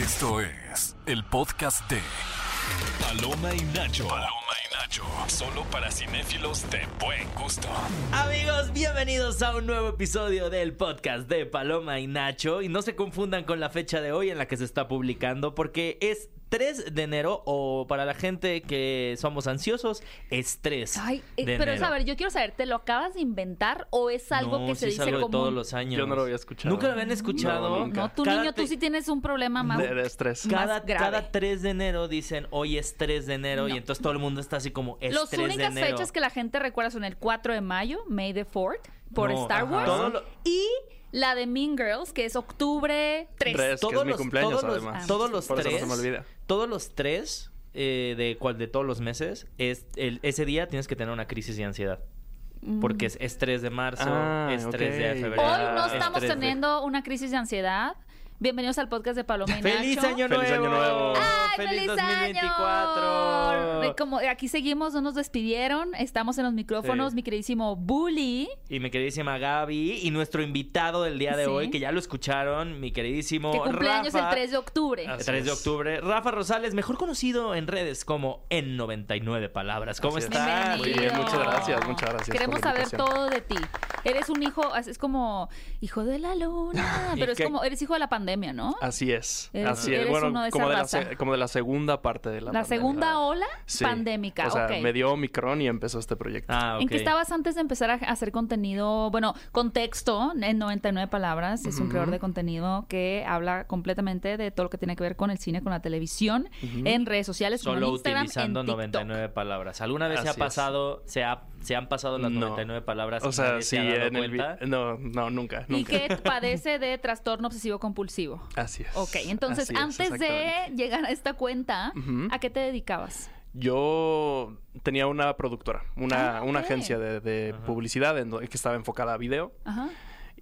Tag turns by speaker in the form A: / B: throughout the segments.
A: Esto es el podcast de Paloma y Nacho. Paloma y Nacho. Solo para cinéfilos de buen gusto.
B: Amigos, bienvenidos a un nuevo episodio del podcast de Paloma y Nacho. Y no se confundan con la fecha de hoy en la que se está publicando, porque es 3 de enero, o para la gente que somos ansiosos, es 3.
C: Ay, eh,
B: de
C: pero
B: enero.
C: a ver, yo quiero saber, ¿te lo acabas de inventar o es algo
B: No,
C: que
B: sí
C: se
B: es
C: dice
B: algo de
C: como
B: todos los años.
D: Yo no lo había escuchado.
B: ¿Nunca lo habían escuchado?
D: No, nunca.
C: No, tu
B: Cada
C: niño, tú
B: te-
C: sí tienes un problema más.
D: de, de estrés.
C: Ca-
B: Cada,
C: más grave.
B: cada 3 de enero dicen hoy es 3 de enero y
C: No.
B: entonces todo el mundo está así como es
C: Las
B: 3 de
C: únicas
B: enero.
C: fechas que la gente recuerda son el 4 de mayo, May the 4th, por
B: No,
C: Star
B: ajá.
C: Wars,
B: Todo lo-
C: y la de Mean Girls, que es octubre 3.
D: Tres. Es que
B: todos
D: es mi
B: los,
D: cumpleaños,
B: todos los-
D: además.
B: todos los
D: Por eso no
B: tres,
D: se me olvida.
B: todos los tres eh, de cual de todos los meses es el- ese día tienes que tener una crisis de ansiedad. Porque es, es 3 de marzo,
D: Ah,
B: es 3 de
D: ok.
B: febrero.
C: Mm. Hoy no
B: es
C: estamos
B: 3 de-
C: teniendo una crisis de ansiedad. Bienvenidos al podcast de Paloma y
B: ¡Feliz
C: Nacho.
B: año nuevo!
D: ¡Feliz año nuevo!
C: ¡Ay,
B: ¡Feliz,
C: feliz,
B: 2024!
C: año! Como aquí seguimos, no nos despidieron, estamos en los micrófonos,
B: Sí.
C: mi queridísimo Bully.
B: Y mi queridísima Gaby y nuestro invitado del día de
C: Sí.
B: hoy, que ya lo escucharon, mi queridísimo
C: Que cumpleaños
B: Rafa,
C: el 3 de octubre.
B: el 3 de octubre. Rafa Rosales, mejor conocido en redes como en 99 palabras. ¿Cómo
D: Así es.
B: estás?
C: Bienvenido.
D: Muy bien, muchas gracias, muchas gracias
C: Queremos
D: por la
C: saber
D: invitación.
C: todo de ti. Eres un hijo, es como hijo de la luna,
B: ¿Y
C: pero es
B: qué?
C: como, eres hijo de la pandemia, ¿no?
D: Así es.
C: Eres-
D: así es.
C: eres
D: Bueno,
C: uno de
D: como,
C: esa
D: de la,
C: raza.
D: se- como de la segunda parte de
C: La,
D: la pandemia. Ah,
C: segunda ola
D: Sí.
C: pandémica,
D: O sea,
C: ok.
D: me dio Omicron y empezó este proyecto.
B: Ah,
C: ¿En
B: ok.
C: qué estabas antes de empezar a hacer contenido? Bueno, contexto, en 99 palabras, es un creador de contenido que habla completamente de todo lo que tiene que ver con el cine, con la televisión, en redes sociales, como en
B: Solo
C: Instagram, en
B: utilizando
C: TikTok.
B: 99 palabras. ¿Alguna vez se ha
D: Así es.
B: pasado, se, ha, se han pasado las
D: No.
B: 99 palabras?
D: o
B: y
D: sea,
B: nadie se
D: sí,
B: ha dado
D: en el vi-
B: cuenta?
D: No, no, nunca.
C: Y
D: nunca.
C: que padece de trastorno obsesivo compulsivo.
D: Así es.
C: Ok, entonces
D: Así es,
C: antes de
D: exactamente.
C: llegar a esta cuenta,
D: Ujú.
C: ¿a qué te dedicabas?
D: Yo tenía una productora, una,
C: Ah,
D: una
C: ok.
D: agencia de, de publicidad en do- que estaba enfocada a video.
C: Ajá.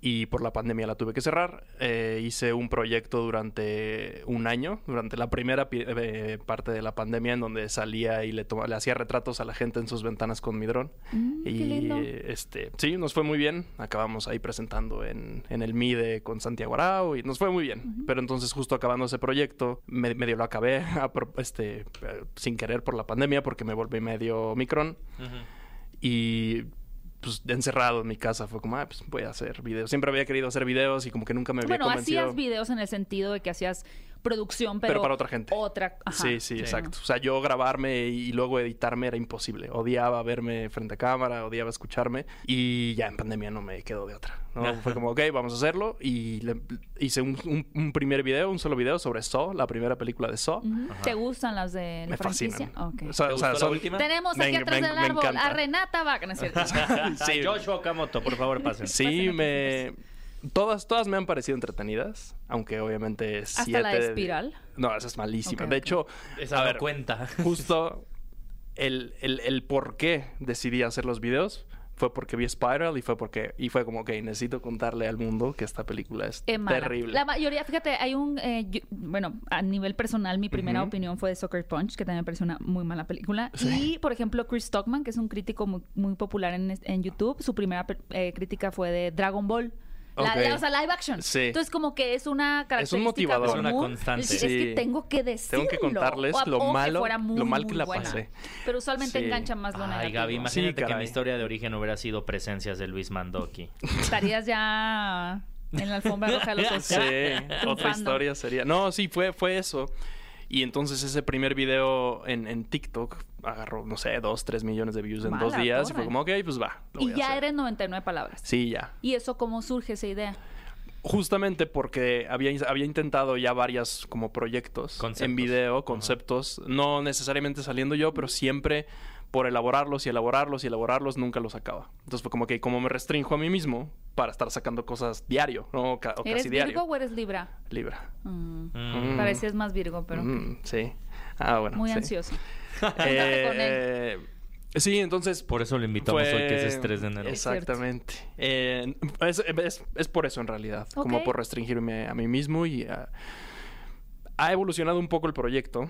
D: y por la pandemia la tuve que cerrar. Eh, hice un proyecto durante un año, durante la primera pi- eh, parte de la pandemia, en donde salía y le, toma- le hacía retratos a la gente en sus ventanas con mi dron.
C: Mm, qué
D: y
C: lindo.
D: eh, este, sí, nos fue muy bien. Acabamos ahí presentando en, en el MIDE E con Santiago Arau y nos fue muy bien. Pero entonces, justo acabando ese proyecto, me- medio lo acabé a pro- este, eh, sin querer por la pandemia porque me volví medio Omicron.
B: Ujú.
D: Y pues encerrado en mi casa fue como, ah, pues voy a hacer videos. Siempre había querido hacer videos y como que nunca me había
C: Bueno,
D: convencido.
C: hacías videos en el sentido de que hacías producción, pero,
D: Pero para otra gente.
C: Otra, ajá.
D: Sí, sí,
B: Sí.
D: exacto. O sea, yo grabarme y luego editarme era imposible. Odiaba verme frente a cámara, odiaba escucharme. Y ya en pandemia no me quedó de otra. ¿no?
B: Ajá.
D: Fue como, ok, vamos a hacerlo. Y le- hice un, un- un primer video, un solo video sobre Saw, la primera película de Saw.
C: Ujú. ¿Te gustan las de Mm. la
D: Me
C: franquicia?
D: fascinan.
C: Ok.
D: O sea,
B: ¿Te
D: o sea,
B: gustó la
D: son-
B: última?
C: Tenemos
D: Me
C: aquí
D: en-
C: atrás
D: me-
C: del
D: me
C: árbol
D: encanta.
C: a Renata Wagner.
B: Ay, Joshua Okamoto, por favor, pasen.
D: Sí, me. Todas, todas me han parecido entretenidas, aunque obviamente
C: ¿Hasta
D: siete
C: la de
D: diez-
C: Espiral?
D: No, esa es malísima.
C: Ok,
D: de
C: ok.
D: hecho,
B: Esa
D: a
B: no
D: ver,
B: cuenta.
D: justo el, el, el por qué decidí hacer los videos fue porque vi Spiral y fue porque y fue como, ok, necesito contarle al mundo que esta película es
C: Es eh, mala.
D: terrible.
C: La mayoría, fíjate, hay un. eh, yo- bueno, a nivel personal, mi primera
D: Ujú.
C: opinión fue de Soccer Punch, que también me pareció una muy mala película. Y, por ejemplo, Chris Stockman, que es un crítico muy, muy popular en, es- en YouTube, su primera per- eh, crítica fue de Dragon Ball. La-
D: Ok.
C: la- o sea, live action.
D: Sí.
C: Entonces, como que es una característica
D: motivador.
B: Es una
C: común.
B: constante.
C: Es, es
D: Sí.
C: que tengo que decirlo.
D: Tengo que contarles
C: O a-
D: lo
C: o que
D: malo-
C: fuera muy,
D: lo mal que
C: muy
D: la
C: buena.
D: pasé.
C: Pero usualmente
D: Sí.
C: engancha más lo
B: Ay,
C: negativo.
B: Gaby, imagínate que mi
D: caray.
B: historia de origen hubiera sido presencias de Luis Mandoki.
C: Estarías ya en la alfombra roja de los Oscars.
D: Sí, otra
C: Triunfando.
D: historia sería. No, sí, fue, fue eso. Y entonces ese primer video en, en TikTok agarró, no sé, dos, tres millones de views en
C: Va a
D: dos
C: la
D: días. Y
C: torre.
D: fue como, ok, pues va. lo
C: Y
D: voy a
C: ya
D: hacer.
C: eres 99 palabras.
D: Sí, ya.
C: ¿Y eso cómo surge esa idea?
D: Justamente porque había, había intentado ya varias como proyectos
B: Conceptos.
D: en video, conceptos, no necesariamente saliendo yo, pero siempre por elaborarlos y elaborarlos y elaborarlos, nunca los acaba. Entonces fue como que como me restrinjo a mí mismo para estar sacando cosas diario, ¿no? O, ca- o
C: ¿Eres
D: casi
C: Virgo
D: diario.
C: o eres Libra?
D: Libra.
C: Mm,
B: Mm.
C: Pareces más Virgo, pero
D: Mm, sí. Ah, bueno.
C: muy
D: sí.
C: ansioso.
D: Eh,
C: con
D: sí, entonces
B: Por eso lo invitamos
D: fue-
B: hoy, que es 3 de enero.
C: Es-
D: Exactamente. Eh, es, es- es por eso en realidad,
C: Ok.
D: como por restringirme a mí mismo y a- ha evolucionado un poco el proyecto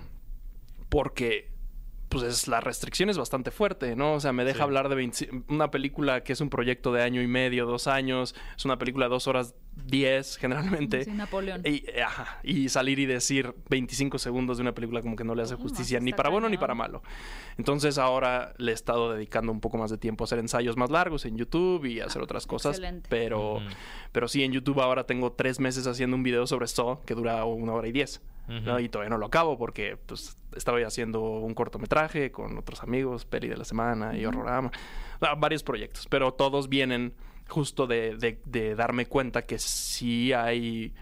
D: porque pues es, la restricción es bastante fuerte, ¿no? O sea, me deja
B: Sí.
D: hablar de 20 una película que es un proyecto de año y medio, dos años, es una película de dos horas diez generalmente.
C: Sí, Napoleón.
D: Y, eh, ajá, y salir y decir 25 segundos de una película como que no le hace
C: No,
D: justicia,
C: sí
D: ni
C: está
D: para bueno ni
C: cañón.
D: para malo. Entonces ahora le he estado dedicando un poco más de tiempo a hacer ensayos más largos en YouTube y a hacer otras cosas.
C: Ah, excelente.
D: Pero,
B: Ujú.
D: pero sí, en YouTube ahora tengo tres meses haciendo un video sobre Saw que dura una hora y diez. ¿no?
B: Ujú.
D: Y todavía no lo acabo porque pues, estaba haciendo un cortometraje con otros amigos, Peli de la Semana y Horrorama, Ah, varios proyectos, pero todos vienen justo de, de- de darme cuenta que sí hay,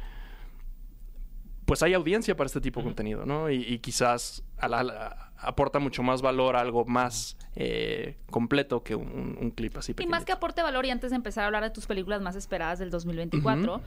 D: pues hay audiencia para este tipo de contenido, ¿no? Y, y quizás a la- la- aporta mucho más valor a algo más eh, completo que un, un- un clip así
C: Y
D: pequeño.
C: más que aporte valor, y antes de empezar a hablar de tus películas más esperadas del 2024,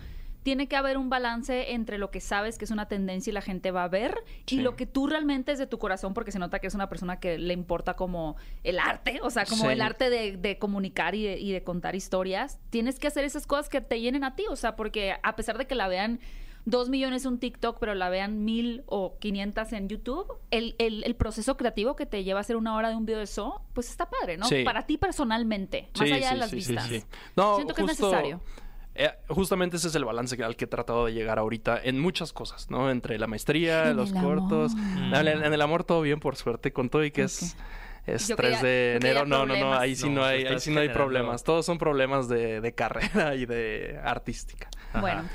C: tiene que haber un balance entre lo que sabes que es una tendencia y la gente va a ver,
D: Sí.
C: y lo que tú realmente es de tu corazón, porque se nota que es una persona que le importa como el arte, o sea, como
D: Sí.
C: el arte de, de comunicar y de, y de contar historias. Tienes que hacer esas cosas que te llenen a ti, o sea, porque a pesar de que la vean... Dos millones un TikTok, pero la vean mil o quinientas en YouTube. El, el- el proceso creativo que te lleva a hacer una hora de un video de eso, pues está padre, ¿no?
D: Sí.
C: Para ti personalmente, más
D: Sí,
C: allá
D: sí,
C: de las
D: sí, sí,
C: vistas.
D: sí. No,
C: Siento que es
D: Oh, justo-
C: necesario.
D: eh, justamente ese es el balance que- al que he tratado de llegar ahorita en muchas cosas, ¿no? Entre la maestría,
C: En
D: los
C: el
D: cortos.
B: amor.
D: No, en, el- en el amor todo bien, por suerte, con todo y que es. Es
C: Yo
D: 3
C: quería-
D: de
C: yo quería
D: enero, no, no, no,
C: problemas.
D: ahí sí no,
B: No, pues
D: hay, ahí
B: estás
D: sí no hay
B: generando-
D: problemas. Todos son problemas de, de carrera y de artística.
B: Ajá.
C: Bueno.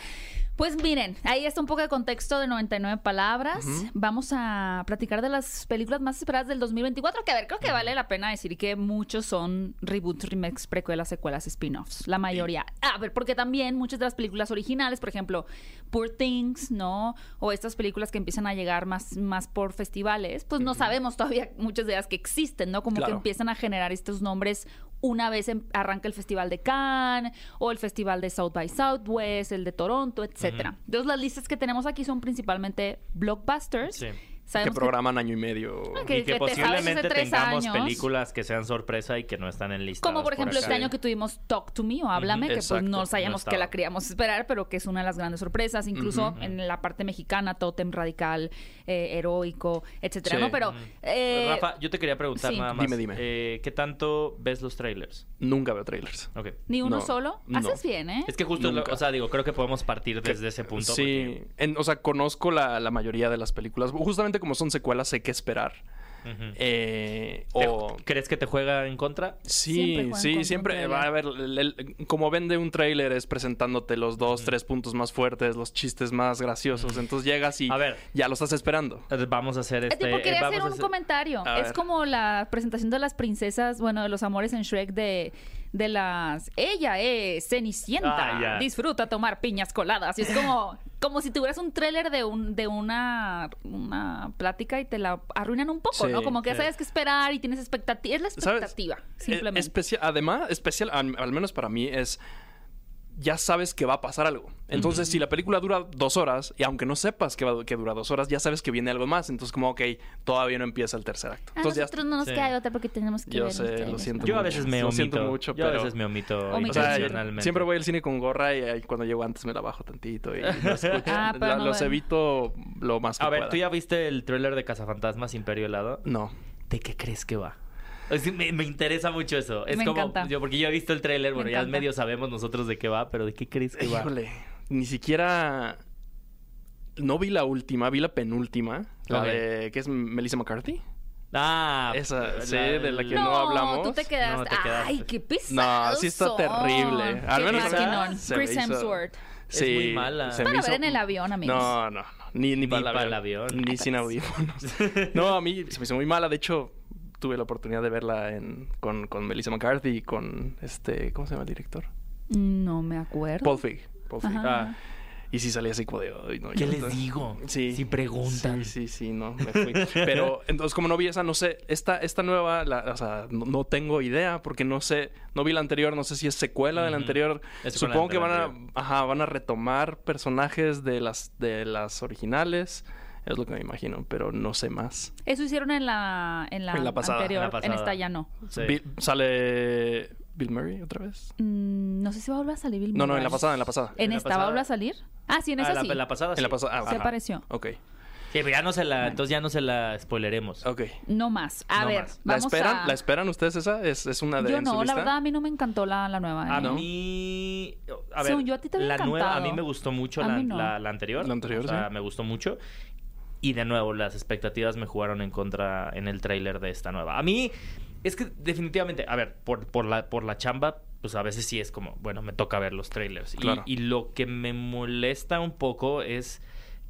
C: Pues miren, ahí está un poco de contexto de 99 palabras. Vamos a platicar de las películas más esperadas del 2024, que a ver, creo que vale la pena decir que muchos son reboots, remakes, precuelas, secuelas, spin-offs, la mayoría. A ver, porque también muchas de las películas originales, por ejemplo, Poor Things, ¿no? O estas películas que empiezan a llegar más, más por festivales, pues no sabemos todavía muchas de ellas que existen, ¿no? Como
D: Claro.
C: que empiezan a generar estos nombres una vez em- arranca el Festival de Cannes o el Festival de South by Southwest, el de Toronto, etcétera. Entonces las listas que tenemos aquí son principalmente blockbusters.
B: Sí.
D: Que
C: Sabemos que-
D: programan año y medio.
C: Ah,
B: Y que,
C: que te sabes hace
B: posiblemente
C: tres
B: tengamos
C: años.
B: películas que sean sorpresa y que no están en lista.
C: como por ejemplo este año que tuvimos Talk to Me o Háblame,
D: Ujú,
C: que pues
D: exacto,
C: no
B: no
C: sabíamos
B: estaba.
C: que la queríamos esperar, pero que es una de las grandes sorpresas, incluso en la parte mexicana, Totem Radical, eh, Heroico, etcétera,
D: Sí.
C: ¿no? Pero eh,
B: Rafa, yo te quería preguntar
C: sí.
B: nada más.
D: Dime, dime.
B: eh, ¿Qué tanto ves los trailers?
D: Nunca veo trailers.
B: Ok.
C: ni uno
D: No,
C: solo,
D: no.
C: haces bien, ¿eh?
B: Es que justo, lo-
D: Nunca.
B: o sea, digo, creo que podemos partir desde ese punto.
D: Sí, en- o sea, conozco la, la mayoría de las películas. Justamente como son secuelas, sé qué esperar.
B: porque- Ujú.
D: Eh,
B: ¿Te-
D: o
B: ¿Crees que te juega en contra?
C: Siempre
D: Sí,
C: juegan
D: sí,
C: contra
D: siempre. eh,
C: un tráiler.
D: va a ver, el- el- como vende un tráiler es presentándote los dos, tres puntos más fuertes, los chistes más graciosos. Entonces llegas y
B: A ver.
D: ya lo estás esperando.
B: Eh, Vamos a hacer
C: Eh,
B: este.
C: tipo,
B: eh,
C: quería
B: vamos
C: hacer
B: a
C: un comentario.
D: A
C: Es
D: ver.
C: como la presentación de las princesas, bueno, de los amores en Shrek de, de las... Ella es Cenicienta,
B: Ah, ya.
C: disfruta tomar piñas coladas. Y es como, como si tuvieras un tráiler de, un, de una, una plática y te la arruinan un poco,
D: Sí,
C: ¿no? Como que ya
B: sí.
C: sabes qué esperar y tienes expectativa. Es la
D: ¿Sabes?
C: expectativa,
D: Eh,
C: simplemente.
D: especia- además, especial, al, al menos para mí, es. Ya sabes que va a pasar algo. Entonces, si la película dura dos horas, y aunque no sepas que, va- que dura dos horas, ya sabes que viene algo más. Entonces, como, ok, todavía no empieza el tercer acto.
C: a
D: Entonces, ya-
C: Ah, nosotros no nos
B: Sí.
C: queda de otra porque tenemos que
D: Yo
C: ver este los
D: sé, lo
C: trailers,
D: siento
C: ¿no?
B: Yo a
D: mucho.
B: veces me
D: Lo
B: omito.
D: siento mucho,
B: yo a
D: pero-
B: veces me omito
C: Omito.
D: O sea,
B: intencionalmente.
D: siempre voy al cine con gorra y, ahí cuando llego antes me la bajo tantito y lo escucho.
C: Ah, pero
D: La-
C: no
D: los
C: ven.
D: evito lo más que
B: A ver,
D: pueda.
B: ¿tú ya viste el tráiler de Cazafantasmas Imperio Helado?
D: No.
B: ¿De qué crees que va? Es que me, me interesa mucho eso. Es
C: Me
B: como,
C: encanta.
B: yo porque yo he visto el tráiler,
C: Me
B: bueno, ya
C: encanta.
B: medio sabemos nosotros de qué va, pero ¿de qué crees que va?
D: Híjole, ni siquiera. No vi la última, vi la penúltima. La
B: Ok.
D: de. ¿Qué es Melissa McCarthy?
B: Ah,
D: Esa,
B: la-
D: sí, de la que-
B: la-
D: no hablamos.
C: tú te quedaste.
B: No, te quedaste.
C: Ay, qué pesado.
D: No, sí está terrible. Al
C: Qué
D: menos a mí
C: maquinón.
D: se me
C: Chris
D: hizo-
C: Hemsworth.
B: Es muy mala.
D: se me
C: Para ver
D: hizo-
C: en el avión, amigos.
D: No, no, no. Ni,
B: Ni
D: ni, para,
B: para el
D: el
B: avión.
D: Ni sin audífonos. no, a mí se me hizo muy mala. De hecho, tuve la oportunidad de verla en- con, con Melissa McCarthy y con este. ¿Cómo se llama el director?
C: No me acuerdo.
D: Paul Feig. Paul Feig.
C: Ajá.
B: Ah,
D: Y sí salí así como de. "Ay, no,
B: ¿Qué
D: yo-
B: les digo?
D: Sí.
B: Si preguntan.
D: Sí, sí, sí, no, me fui. Pero entonces, como no vi esa, no sé, esta, esta nueva, la- o sea, no, no tengo idea porque no sé, no vi la anterior, no sé si es secuela de la
B: Ujú.
D: anterior.
B: Es secuela
D: Supongo
B: de
D: que
B: la
D: van a,
B: anterior.
D: ajá, van a retomar personajes de las, de las originales, es lo que me imagino, pero no sé más.
C: Eso hicieron en la, en la,
D: En la pasada,
C: anterior.
B: en la pasada.
C: esta ya no.
B: Sí.
D: Bill- ¿Sale Bill Murray otra vez?
C: Mm, no sé si va a volver a salir Bill
D: No, no, en la
C: Murray.
D: pasada, en la pasada.
C: ¿En,
B: En la
C: esta va
B: pasada.
C: a volver a salir? Ah, sí, en
B: Ah,
C: esa
B: la,
C: sí.
B: la pasada
D: En la
B: sí.
D: pasada. ah,
C: Se
D: ajá.
C: apareció.
D: Ok.
B: Sí, pero ya no se la, entonces ya no se la spoileremos.
D: Ok.
C: No más. A
B: No
C: ver,
B: más.
C: vamos
D: ¿La esperan?
C: a.
D: ¿La esperan ustedes esa? ¿Es, es una de
C: yo
D: en su
C: no, la
D: lista?
C: verdad a mí no me encantó la, la nueva.
D: Ah,
C: ¿eh?
B: A
D: ¿no?
B: mí. A ver,
C: Según yo, a ti te había
B: la nueva, a
C: encantado.
B: mí me gustó mucho
C: A
B: la,
C: mí no.
B: la- la anterior.
D: La anterior,
B: O sea,
D: sí.
B: me gustó mucho. Y de nuevo, las expectativas me jugaron en contra en el tráiler de esta nueva. A mí, es que definitivamente, a ver, por, por, la, por la chamba, pues a veces sí es como, bueno, me toca ver los trailers. Y-
D: Claro.
B: Y, lo que me molesta un poco es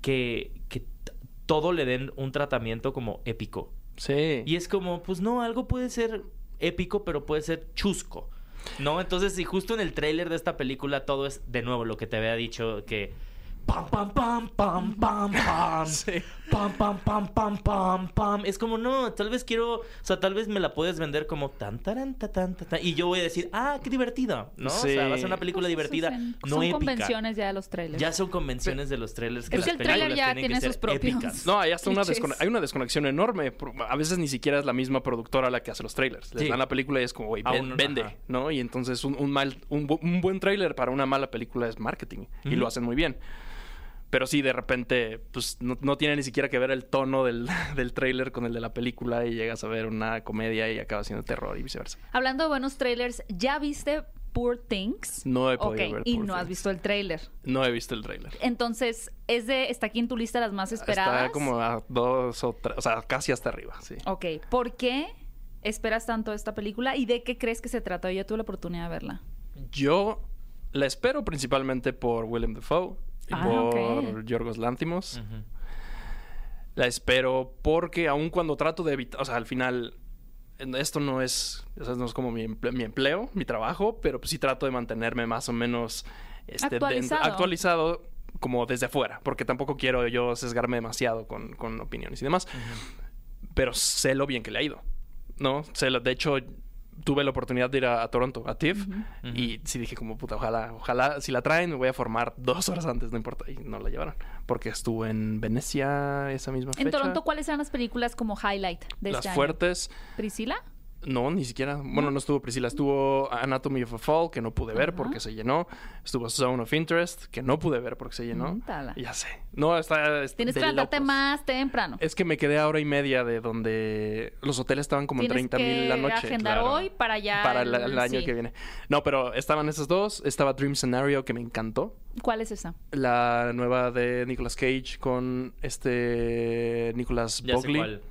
B: que, que t- todo le den un tratamiento como épico.
D: Sí.
B: Y es como, pues no, algo puede ser épico, pero puede ser chusco. ¿No? Entonces, si justo en el tráiler de esta película todo es de nuevo lo que te había dicho que pam pam pam pam pam pam
D: Sí.
B: pam pam pam pam pam pam es como no, tal vez quiero, o sea, tal vez me la puedes vender como tan tan tan tan tan y yo voy a decir, "Ah, qué divertida", ¿no? O
D: Sí.
B: sea, va a ser una película
C: Pues,
B: divertida,
C: son-
B: no
C: son
B: épica.
C: convenciones ya de los trailers.
B: Ya son convenciones de los trailers que
C: Es que
B: las
C: el tráiler
B: películas
C: ya
B: tienen que
C: tiene
B: ser
C: sus propios.
B: épicas.
D: No, hay hasta una,
C: Clichés.
D: descone- hay una desconexión enorme. Por- A veces ni siquiera es la misma productora la que hace los trailers. Les
B: Sí.
D: dan la película y es como, güey,
C: Ah,
B: Aún
D: ven-
B: no,
D: vende,
B: ajá.
D: ¿no? Y entonces un, un mal, un, bu- un buen trailer para una mala película es marketing. Y
B: Ujú.
D: lo hacen muy bien. Pero sí, de repente, pues no, no tiene ni siquiera que ver el tono del, del trailer con el de la película y llegas a ver una comedia y acaba siendo terror y viceversa.
C: Hablando de buenos trailers, ¿ya viste Poor Things?
D: No he podido
C: Ok,
D: ver
C: Y
D: Poor
C: no has
D: Things.
C: visto el trailer.
D: No he visto el trailer.
C: Entonces, ¿es de, ¿está aquí en tu lista las más esperadas?
D: Está como a dos o tres, o sea, casi hasta arriba, sí.
C: Ok, ¿por qué esperas tanto esta película y de qué crees que se trata? Yo tuve la oportunidad de verla.
D: Yo la espero principalmente por Willem Dafoe y
C: Ah,
D: por
C: ok.
D: Yorgos Lantimos.
B: Ujú.
D: La espero porque aun cuando trato de evitar, o sea, al final en- esto no es, o sea, no es como mi, emple- mi empleo, mi trabajo, pero pues sí trato de mantenerme más o menos este, dentro-
C: Actualizado.
D: actualizado como desde afuera, porque tampoco quiero yo sesgarme demasiado con, con opiniones y demás pero sé lo bien que le ha ido, ¿no? Sé lo- de hecho, tuve la oportunidad de ir a, a Toronto, a TIFF, y sí dije como, puta, ojalá, ojalá, si la traen, me voy a formar dos horas antes, no importa, y no la llevaron, porque estuvo en Venecia esa misma fecha.
C: En Toronto, ¿cuáles eran las películas como highlight de
D: Las
C: este año?
D: fuertes,
C: ¿Priscila?
D: no, ni siquiera, bueno, no estuvo Priscila, estuvo Anatomy of a Fall, que no pude ver
C: Ajá.
D: porque se llenó, estuvo Zone of Interest, que no pude ver porque se llenó,
C: Múntala.
D: ya sé, no, está... es
C: Tienes
D: de
C: que levantarte
D: locos.
C: más temprano.
D: Es que me quedé a hora y media de donde los hoteles estaban como en
C: Tienes
D: 30 mil la
C: que
D: noche.
C: agendar hoy para ya
D: Para el,
C: el-
D: el año
C: sí.
D: que viene. No, pero estaban esas dos. Estaba Dream Scenario, que me encantó.
C: ¿Cuál es esa?
D: La nueva de Nicolas Cage con este Nicolas
B: Ya sé
D: Bogley
B: cuál.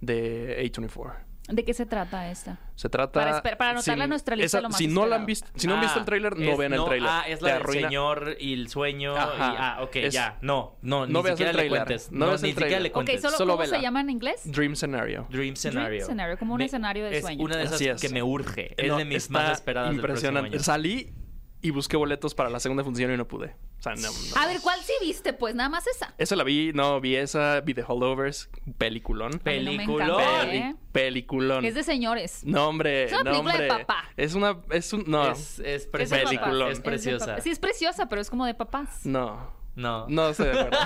D: de A24.
C: ¿De qué se trata esta?
D: Se trata.
C: Para esper- para anotarla en nuestra lista lo más
D: si no la han
C: esperado.
D: visto, si no han visto el tráiler, no
B: Ah, es-
D: vean el tráiler.
B: Ah, es
D: Te
B: la del
D: arruina-
B: señor y el sueño. y-
D: Ajá.
B: ah, ok,
D: Es-
B: ya. No, no,
D: no
B: ni
D: veas el
B: siquiera le
D: tráiler.
B: cuentes.
D: No
B: No,
D: veas
B: ni
D: el
B: siquiera
D: tráiler.
B: le
D: Ok,
C: Ok,
B: cuentes.
C: solo,
D: solo
C: ¿cómo
D: vela.
C: se llama en inglés?
D: Dream Scenario.
B: Dream Scenario.
C: Scenario, como un escenario de
B: es
C: sueño.
B: una de esas
D: Así es.
B: que me urge. Es
D: No,
B: de mis
D: está
B: más esperadas
D: Impresionante.
B: del próximo año.
D: Salí y busqué boletos para la segunda función y no pude. O sea, no, no.
C: A ver, ¿cuál sí viste? Pues nada más esa.
D: Esa la vi, no, vi esa, vi The Holdovers, peliculón.
C: A mí no me
B: Peliculón.
C: encanta,
D: Peli-
C: ¿eh?
D: Peliculón.
C: Es de señores.
D: No, hombre,
C: Es una
D: no,
C: película de
D: hombre.
C: papá.
D: Es una, es un, no,
B: Es, es
C: Es de
B: preciosa.
D: Peliculón.
B: Es
C: papás. de
B: preciosa.
C: papás. Sí, es preciosa, pero es como de papás.
D: no,
B: No.
D: no estoy de acuerdo.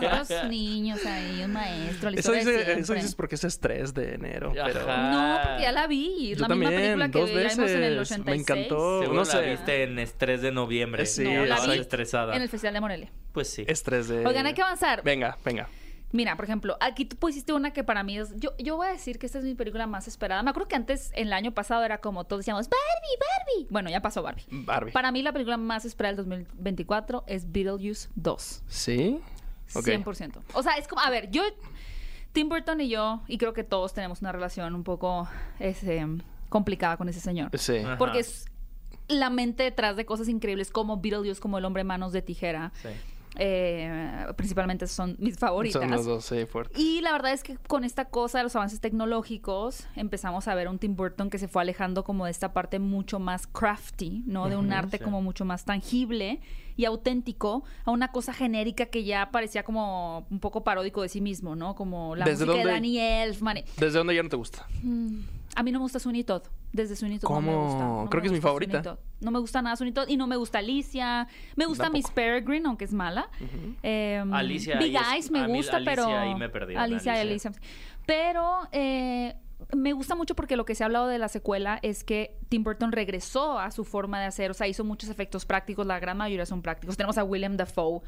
C: Los niños ahí, un maestro, la
D: eso
C: historia de
D: dice, eso
C: siempre.
D: dices porque es estrés de enero, pero...
B: Ajá.
C: No, porque ya la vi. y Es
D: Yo
C: la misma
D: también,
C: película que
D: dos
C: vimos en el
D: veces.
C: 86.
D: Me encantó.
B: Seguro la
D: no sé.
B: viste en estrés de noviembre.
D: Sí,
C: No, la
B: Estabas
C: vi
B: estresada.
C: En el Festival de Morelia.
B: Pues sí.
D: Estrés de...
C: Oigan, hay que avanzar.
D: Venga, venga.
C: Mira, por ejemplo, aquí tú pusiste una que para mí es. Yo, yo voy a decir que esta es mi película más esperada. Me acuerdo que antes, en el año pasado, era como todos decíamos Barbie, Barbie. Bueno, ya pasó Barbie.
D: Barbie.
C: Para mí, la película más esperada del 2024 es Beetlejuice 2.
D: ¿Sí? Ok.
C: 100%. O sea, es como. A ver, yo. Tim Burton y yo, y creo que todos tenemos una relación un poco este, complicada con ese señor.
D: Sí.
B: Ajá.
C: Porque es la mente detrás de cosas increíbles como Beetlejuice, como El Hombre Manos de Tijera.
B: Sí.
C: Eh, principalmente son mis favoritas.
D: Son los dos, sí, fuerte.
C: Y la verdad es que con esta cosa de los avances tecnológicos empezamos a ver un Tim Burton que se fue alejando como de esta parte mucho más crafty, ¿no? De un arte
B: sí.
C: como mucho más tangible y auténtico a una cosa genérica que ya parecía como un poco paródico de sí mismo, ¿no? Como la
D: ¿Desde
C: música de
D: dónde?
C: Danny Elfman. y-
D: ¿Desde dónde ya no te gusta?
C: Mm, A mí no me gusta Sweeney Todd. Desde Sweeney Todd no
D: ¿Cómo?
C: me gusta. No
D: Creo
C: me
D: que es mi
C: gusta
D: favorita.
C: Sweeney Todd. No me gusta nada Sweeney Todd y no me gusta Alicia. Me gusta
D: Tampoco.
C: Miss Peregrine, aunque es mala. Eh,
B: Alicia
C: Big
B: ahí es-
C: Eyes me
B: a mí
C: gusta,
B: Alicia
C: pero...
B: ahí me perdieron,
C: Alicia, y
B: Alicia.
C: Alicia. Pero eh, me gusta mucho porque lo que se ha hablado de la secuela es que Tim Burton regresó a su forma de hacer, o sea, hizo muchos efectos prácticos, la gran mayoría son prácticos. Tenemos a William Dafoe,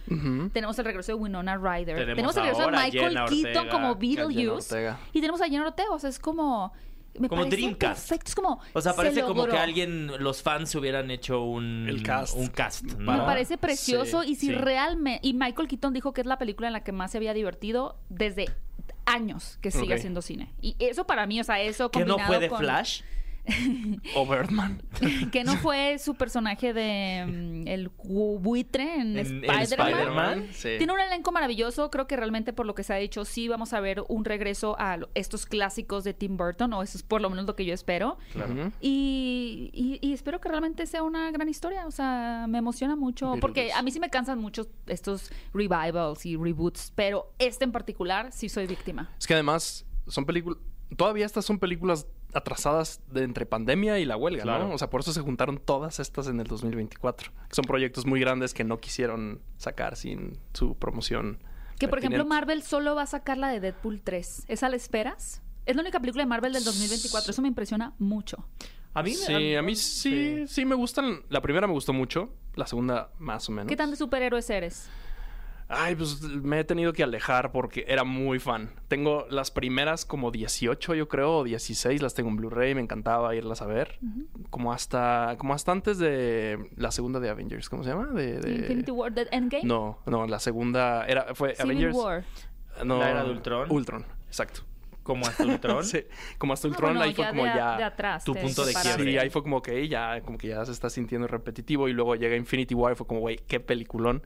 C: tenemos el regreso de Winona Ryder,
B: Tenemos
C: tenemos, el regreso de
B: ahora a
C: Michael
B: Jenna
C: Keaton
B: Ortega,
C: como
D: Jenna
C: Beetlejuice
D: Ortega.
C: y tenemos a Jenna Ortega, o sea, es como me
B: Como
C: parece
B: Dreamcast.
C: perfecto, es como
B: O sea,
C: se
B: parece como que
C: logró.
B: alguien, los fans hubieran hecho un
D: El cast.
B: Un cast ¿no?
C: Me parece precioso
D: Sí,
C: y si
B: sí.
C: realmente... Y Michael Keaton dijo que es la película en la que más se había divertido desde años que sigue
D: Ok.
C: haciendo cine. Y eso para mí, o sea, eso
B: que no
C: combinado
B: fue de
C: con-
B: Flash.
D: O Birdman.
C: que no fue su personaje de mm, el gu- buitre
B: En-
C: en,
B: en
C: Spider-Man.
B: Spider-Man.
D: Sí.
C: Tiene un elenco maravilloso, creo que realmente por lo que se ha dicho, sí vamos a ver un regreso a lo- estos clásicos de Tim Burton, o eso es por lo menos lo que yo espero.
D: Ujú.
C: Y, y- y espero que realmente sea una gran historia. O sea, me emociona mucho.
D: Beetlejuice.
C: Porque a mí sí me cansan mucho estos revivals y reboots. Pero este en particular sí soy víctima.
D: Es que además son películas... Todavía estas son películas atrasadas de entre pandemia y la huelga,
B: Claro.
D: ¿no? O sea, por eso se juntaron todas estas en el 2024. Son proyectos muy grandes que no quisieron sacar sin su promoción.
C: Que por ejemplo,
D: pertinente.
C: Marvel solo va a sacar la de Deadpool 3. ¿Esa la esperas? Es la única película de Marvel del 2024. Eso me impresiona mucho.
B: A mí,
D: Sí, a mí sí, sí, me gustan. La primera me gustó mucho, la segunda más o menos.
C: ¿Qué tan de superhéroes eres?
D: Ay, pues me he tenido que alejar porque era muy fan. Tengo las primeras como 18, yo creo, o 16, las tengo en Blu-ray, me encantaba irlas a ver. Como hasta como hasta antes de la segunda de Avengers, ¿cómo se llama? De, de-
C: Infinity War, The Endgame.
D: Eh, No, no, la segunda era fue
C: Civil
D: Avengers.
C: War.
D: No,
B: ¿La era de Ultron?
D: Ultron, exacto.
B: Como hasta Ultron.
D: Sí, como hasta
C: Ah,
D: Ultron
C: bueno,
D: ahí fue
C: ya
D: como
C: de, a-
D: ya
C: de atrás.
B: tu
C: te
B: punto de
C: separaste.
B: quiebre.
D: Sí, ahí fue como que ya, como que ya se está sintiendo repetitivo. Y luego llega Infinity War y fue como, güey, qué peliculón.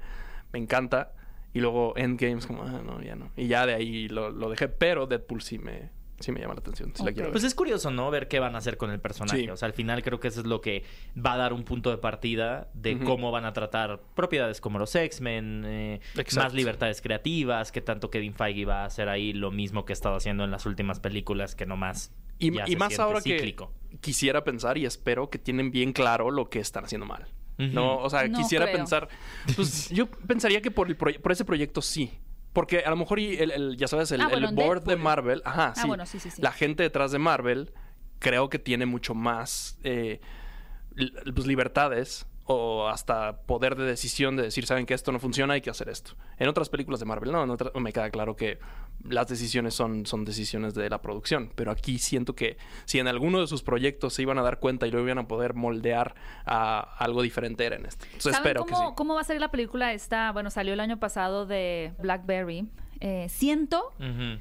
D: Me encanta. Y luego Endgame es como, ah, no, ya no. Y ya de ahí lo, lo dejé. Pero Deadpool sí me, sí me llama la atención. Sí la
C: Ok.
D: quiero ver.
B: Pues es curioso, ¿no? Ver qué van a hacer con el personaje.
D: Sí.
B: O sea, al final creo que eso es lo que va a dar un punto de partida de
D: Ujú.
B: cómo van a tratar propiedades como los X-Men, eh,
D: Exacto.
B: más libertades creativas, qué tanto Kevin Feige va a hacer ahí lo mismo que ha estado haciendo en las últimas películas, que nomás
D: y
B: ya
D: y
B: se
D: más
B: siente
D: ahora
B: cíclico.
D: que quisiera pensar y espero que tienen bien claro lo que están haciendo mal.
B: Ujú.
D: No, o sea,
C: No
D: quisiera
C: creo.
D: pensar. Pues yo pensaría que por, el proye- por ese proyecto sí. Porque a lo mejor, y el, el- ya sabes, el,
C: Ah,
D: el
C: bueno, en
D: board de
C: Deadpool.
D: Marvel. Ajá,
C: Ah,
D: sí.
C: bueno, sí, sí, sí.
D: La gente detrás de Marvel creo que tiene mucho más eh, li- pues, libertades o hasta poder de decisión de decir, saben que esto no funciona, hay que hacer esto. En otras películas de Marvel, no, en otras- me queda claro que las decisiones son, son decisiones de la producción, pero aquí siento que si en alguno de sus proyectos se iban a dar cuenta y lo iban a poder moldear a algo diferente, era en este. Entonces
C: ¿Saben
D: espero
C: cómo,
D: que sí.
C: cómo va a salir la película esta? Bueno, salió el año pasado de Blackberry. Eh, siento
B: Ujú.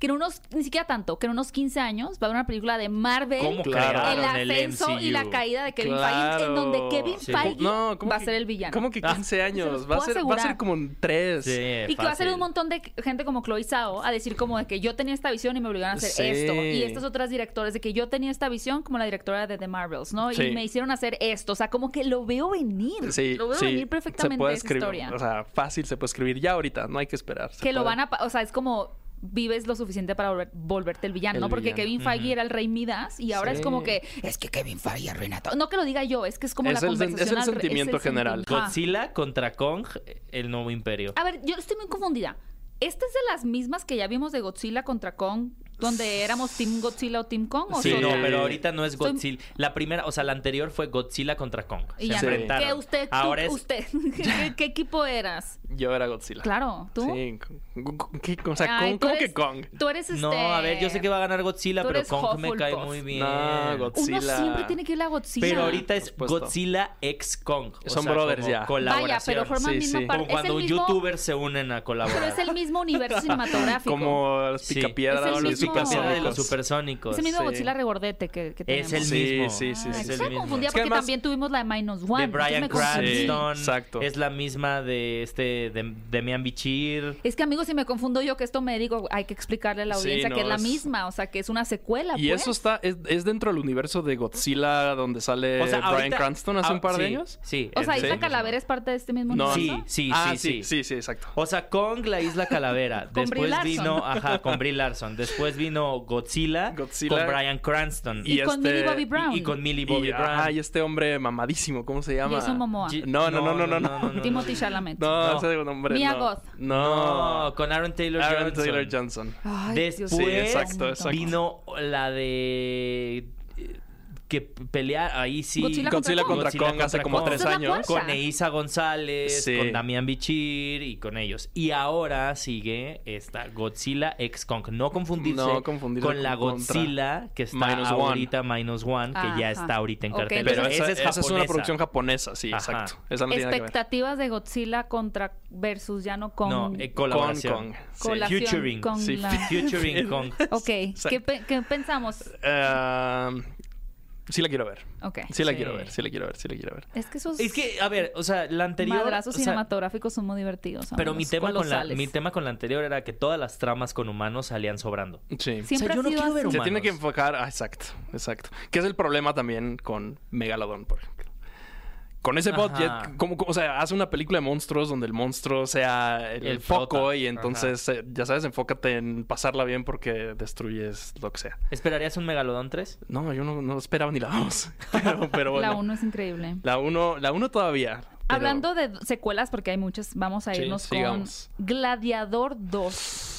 C: que en unos, ni siquiera tanto, que en unos 15 años va a haber una película de Marvel.
B: ¿Cómo
D: Claro.
B: crearon el,
C: El ascenso y la
B: MCU?
C: caída de Kevin Feige, en
D: Claro.
C: donde Kevin
B: Sí.
C: Feige
D: No, ¿cómo
C: va
D: que-
C: a ser el villano.
D: ¿Cómo que
B: Ah.
D: 15 años?
C: los
D: Va a,
C: puedo
D: ser, va a ser
C: asegurar.
D: como en 3.
B: Sí,
C: Y que va a ser
B: fácil.
C: un montón de gente como Chloe Zhao a decir como de que yo tenía esta visión y me obligaron a hacer
D: Sí.
C: esto. Y estas otras directores de que yo tenía esta visión como la directora de The Marvels, ¿no?
D: Sí.
C: Y me hicieron hacer esto. O sea, como que lo veo venir.
D: Sí,
C: lo veo
D: sí,
C: venir perfectamente
D: se puede
C: esa
D: escribir,
C: historia.
D: O sea, fácil se puede escribir ya ahorita, no hay que esperar. se
C: que lo
D: puede.
C: van a... pa- O sea, es como vives lo suficiente para volver- volverte el villano,
D: El
C: ¿no? Porque
D: villano.
C: Kevin Feige era el rey Midas y ahora
D: Sí.
C: es como que es que Kevin Feige arruina todo. No que lo diga yo, es que es como
D: Es
C: la
D: el sen- es el
C: conversación al re-
D: sentimiento general.
C: sentimiento. Ajá. Ah,
B: Godzilla contra Kong, el nuevo imperio.
C: A ver, yo estoy muy confundida. ¿Esta es de las mismas que ya vimos de Godzilla contra Kong, donde éramos Team Godzilla o Team Kong? ¿o
B: Sí,
C: son
B: no,
C: las-
B: pero ahorita no es
C: Estoy-
B: Godzilla. La primera, o sea, la anterior fue Godzilla contra Kong.
C: Y
B: Se
C: ya,
B: enfrentaron.
C: ¿Qué usted, tú-
B: Ahora es
C: usted, ¿qué, qué equipo eras?
D: Yo era Godzilla.
C: Claro, tú.
D: Sí, con- con- ¿qué? o sea,
C: Ay,
D: con-
C: tú
D: ¿cómo
C: eres-
D: que Kong?
C: Tú eres este...
B: No, a ver, yo sé que va a ganar Godzilla,
C: tú
B: pero
C: eres
B: Kong me cae
C: Hufflepuff.
B: muy bien.
D: No, Godzilla.
C: Uno siempre tiene que ir a Godzilla.
B: Pero ahorita es
D: Por supuesto.
B: Godzilla ex Kong. O
D: Son
B: sea,
D: brothers
B: como
D: ya.
C: Vaya,
B: Colaboración.
C: pero forman
D: Sí,
C: misma
D: sí.
C: parte.
B: Como cuando
C: es el mismo,
B: youtubers se unen a
C: Pero
B: colaborar.
C: es el mismo universo cinematográfico.
D: Como los
B: Sí.
D: picapiedras,
C: Es el
D: los
C: mismo-
B: Picapiedra de
D: supersónicos.
B: los supersónicos.
C: es el mismo
D: sí.
C: Godzilla regordete que, que tenemos.
B: Es el
D: Sí,
B: mismo.
D: sí, sí,
C: Ah,
D: sí,
C: es
B: Es
C: que
B: el
C: se me
B: mismo.
C: confundía
D: Es que
C: porque
D: además-
C: también tuvimos la de Minus One.
B: De
C: entonces
B: Brian
C: me confundí.
D: Sí,
B: Cranston.
D: exacto.
B: Es la misma de este de Demian Bichir.
C: Es que, amigos, si me confundo yo que esto me digo, hay que explicarle a la
D: Sí,
C: audiencia
D: no,
C: que es la
D: es-
C: misma, o sea, que es una secuela.
D: Y
C: pues.
D: eso está, es, es dentro del universo de Godzilla donde sale
B: O sea,
D: Brian
B: ahorita-
D: Cranston hace
B: ah,
D: un par de
B: sí,
D: años.
B: Sí.
C: O sea,
B: es-
D: ¿Sí?
C: Isla Calavera es parte de este mismo
D: No,
C: universo.
B: Sí, sí,
D: Ah,
B: sí, sí.
D: sí, sí, exacto.
B: O sea, Kong, la isla calavera.
C: Con Brie
B: Después
C: Larson.
B: vino, ajá, con Brie Larson. Después Después vino Godzilla,
D: Godzilla.
B: con Bryan Cranston.
C: Y,
D: Y
C: con
D: este-
C: Millie Bobby
D: y-
C: Brown.
B: Y, y con Millie Bobby
D: y,
B: Brown.
D: ajá, y este hombre mamadísimo, ¿cómo se llama?
C: Jason Momoa.
B: Ye-
D: No, no, no, no, no, no.
C: Timothy Chalamet.
D: No,
B: No.
D: ese nombre.
C: Mia
D: no.
C: Goth.
D: No.
B: No, con Aaron Taylor
D: Aaron
B: Johnson.
D: Taylor Johnson.
C: Ay,
B: Después
C: Dios mío.
D: Sí, exacto, exacto.
B: vino la de eh, que pelear ahí sí
C: Godzilla
D: Godzilla
C: contra
D: contra
B: Godzilla
D: Kong hace
B: contra
D: como
B: Kong.
D: tres
C: Esa es la
D: años.
C: cuarta.
B: con Eiza González,
D: Sí.
B: con Damián Bichir y con ellos. Y ahora sigue esta Godzilla ex Kong. No confundirse,
D: No confundirse
B: con la
D: con- contra
B: Godzilla que está
D: Minus One.
B: ahorita Minus One, que ya
C: Ajá.
B: está ahorita en
C: Ok,
B: cartel.
D: Pero
C: Entonces,
D: esa, esa es, una
B: japonesa.
D: producción japonesa, sí,
B: Ajá.
D: exacto. Esa no tiene nada que ver.
C: Expectativas de Godzilla contra versus ya no con
B: No, eh,
D: Con
B: colaboración.
D: Kong. sí.
C: colación
B: Featuring.
C: con
D: Sí,
C: la-
B: Featuring Kong.
C: Ok, ¿qué, pe- qué pensamos?
D: Eh, sí la quiero ver.
C: Ok.
D: Sí la
B: Sí.
D: quiero ver, sí la quiero ver, sí la quiero ver.
C: Es que esos
B: Es que, a ver, o sea, la anterior.
C: madrazos
B: o sea,
C: cinematográficos son muy divertidos.
B: pero mi
C: amigos,
B: tema, con la,
C: colosales.
B: mi tema con la anterior era que todas las tramas con humanos salían sobrando.
D: Sí.
C: Siempre
B: yo
C: ha
B: no
C: sido
B: quiero ver
C: así.
D: Se tiene
B: humanos.
D: que enfocar, ah, exacto, exacto. Que es el problema también con Megalodon, por ejemplo. Con ese
B: Ajá.
D: botjet, como, como- o sea, hace una película de monstruos donde el monstruo sea el,
B: El
D: foco
B: prota.
D: y entonces, eh, ya sabes, enfócate en pasarla bien porque destruyes lo que sea.
B: ¿Esperarías un Megalodón 3?
D: No, yo no, no esperaba ni la 2. Pero, pero bueno.
C: La 1 es increíble.
D: La 1 la uno todavía. pero-
C: Hablando de secuelas, porque hay muchas, vamos a
D: Sí,
C: irnos
D: sigamos.
C: con Gladiador 2.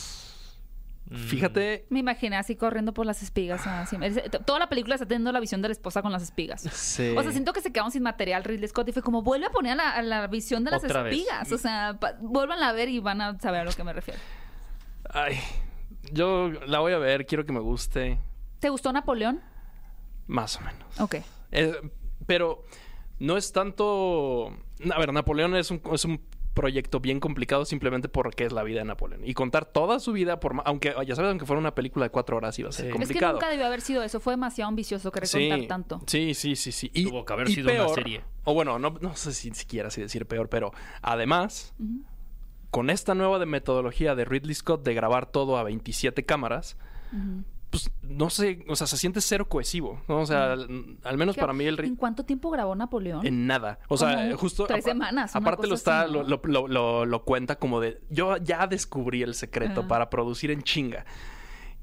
B: Mm,
D: Fíjate,
C: Me imaginé así corriendo por las espigas. así. Es- Toda la película está teniendo la visión de la esposa con las espigas.
D: Sí.
C: O sea, siento que se quedaron sin material Ridley Scott y fue como, vuelve a poner a la, a la visión de las
B: Otra vez.
C: espigas. O
D: Mm.
C: sea, pa- vuélvanla a ver y van a saber a lo que me refiero.
D: Ay, yo la voy a ver, quiero que me guste.
C: ¿Te gustó Napoleón?
D: Más o menos.
C: Ok.
D: Eh, pero no es tanto. A ver, Napoleón es un, es un proyecto bien complicado simplemente porque es la vida de Napoleón. Y contar toda su vida, por ma- aunque ya sabes, aunque fuera una película de cuatro horas, iba a ser
B: Sí.
D: complicado.
C: Es que nunca debió haber sido eso. Fue demasiado ambicioso que recontar
D: sí,
C: tanto.
D: Sí, sí, sí, sí. Y,
B: Tuvo que haber
D: y
B: sido una
D: peor,
B: serie.
D: O bueno, no, no sé si siquiera si decir peor, pero además, con esta nueva de metodología de Ridley Scott de grabar todo a 27 cámaras, pues no sé, o sea, se siente cero cohesivo. ¿no? O sea, al, al menos
C: ¿Qué-
D: para mí el ri-
C: ¿En cuánto tiempo grabó Napoleón?
D: en nada. O
C: Como
D: sea,
C: un-
D: justo.
C: tres
D: apa-
C: semanas, una
D: Aparte lo
C: cosa
D: está,
C: así, ¿no?
D: lo, lo- lo- lo cuenta como de. Yo ya descubrí el secreto
C: Ah.
D: para producir en chinga.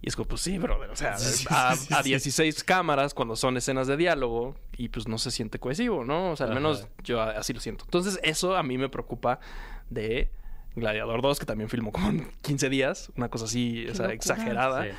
D: Y es como, pues sí, brother. O sea, a, a 16 cámaras cuando son escenas de diálogo y pues no se siente cohesivo, ¿no? O sea, al
B: Ajá.
D: menos yo a- así lo siento. Entonces, eso a mí me preocupa de Gladiador 2, que también filmó como en 15 días, una cosa así, o sea,
C: locura.
D: exagerada.
B: Sí.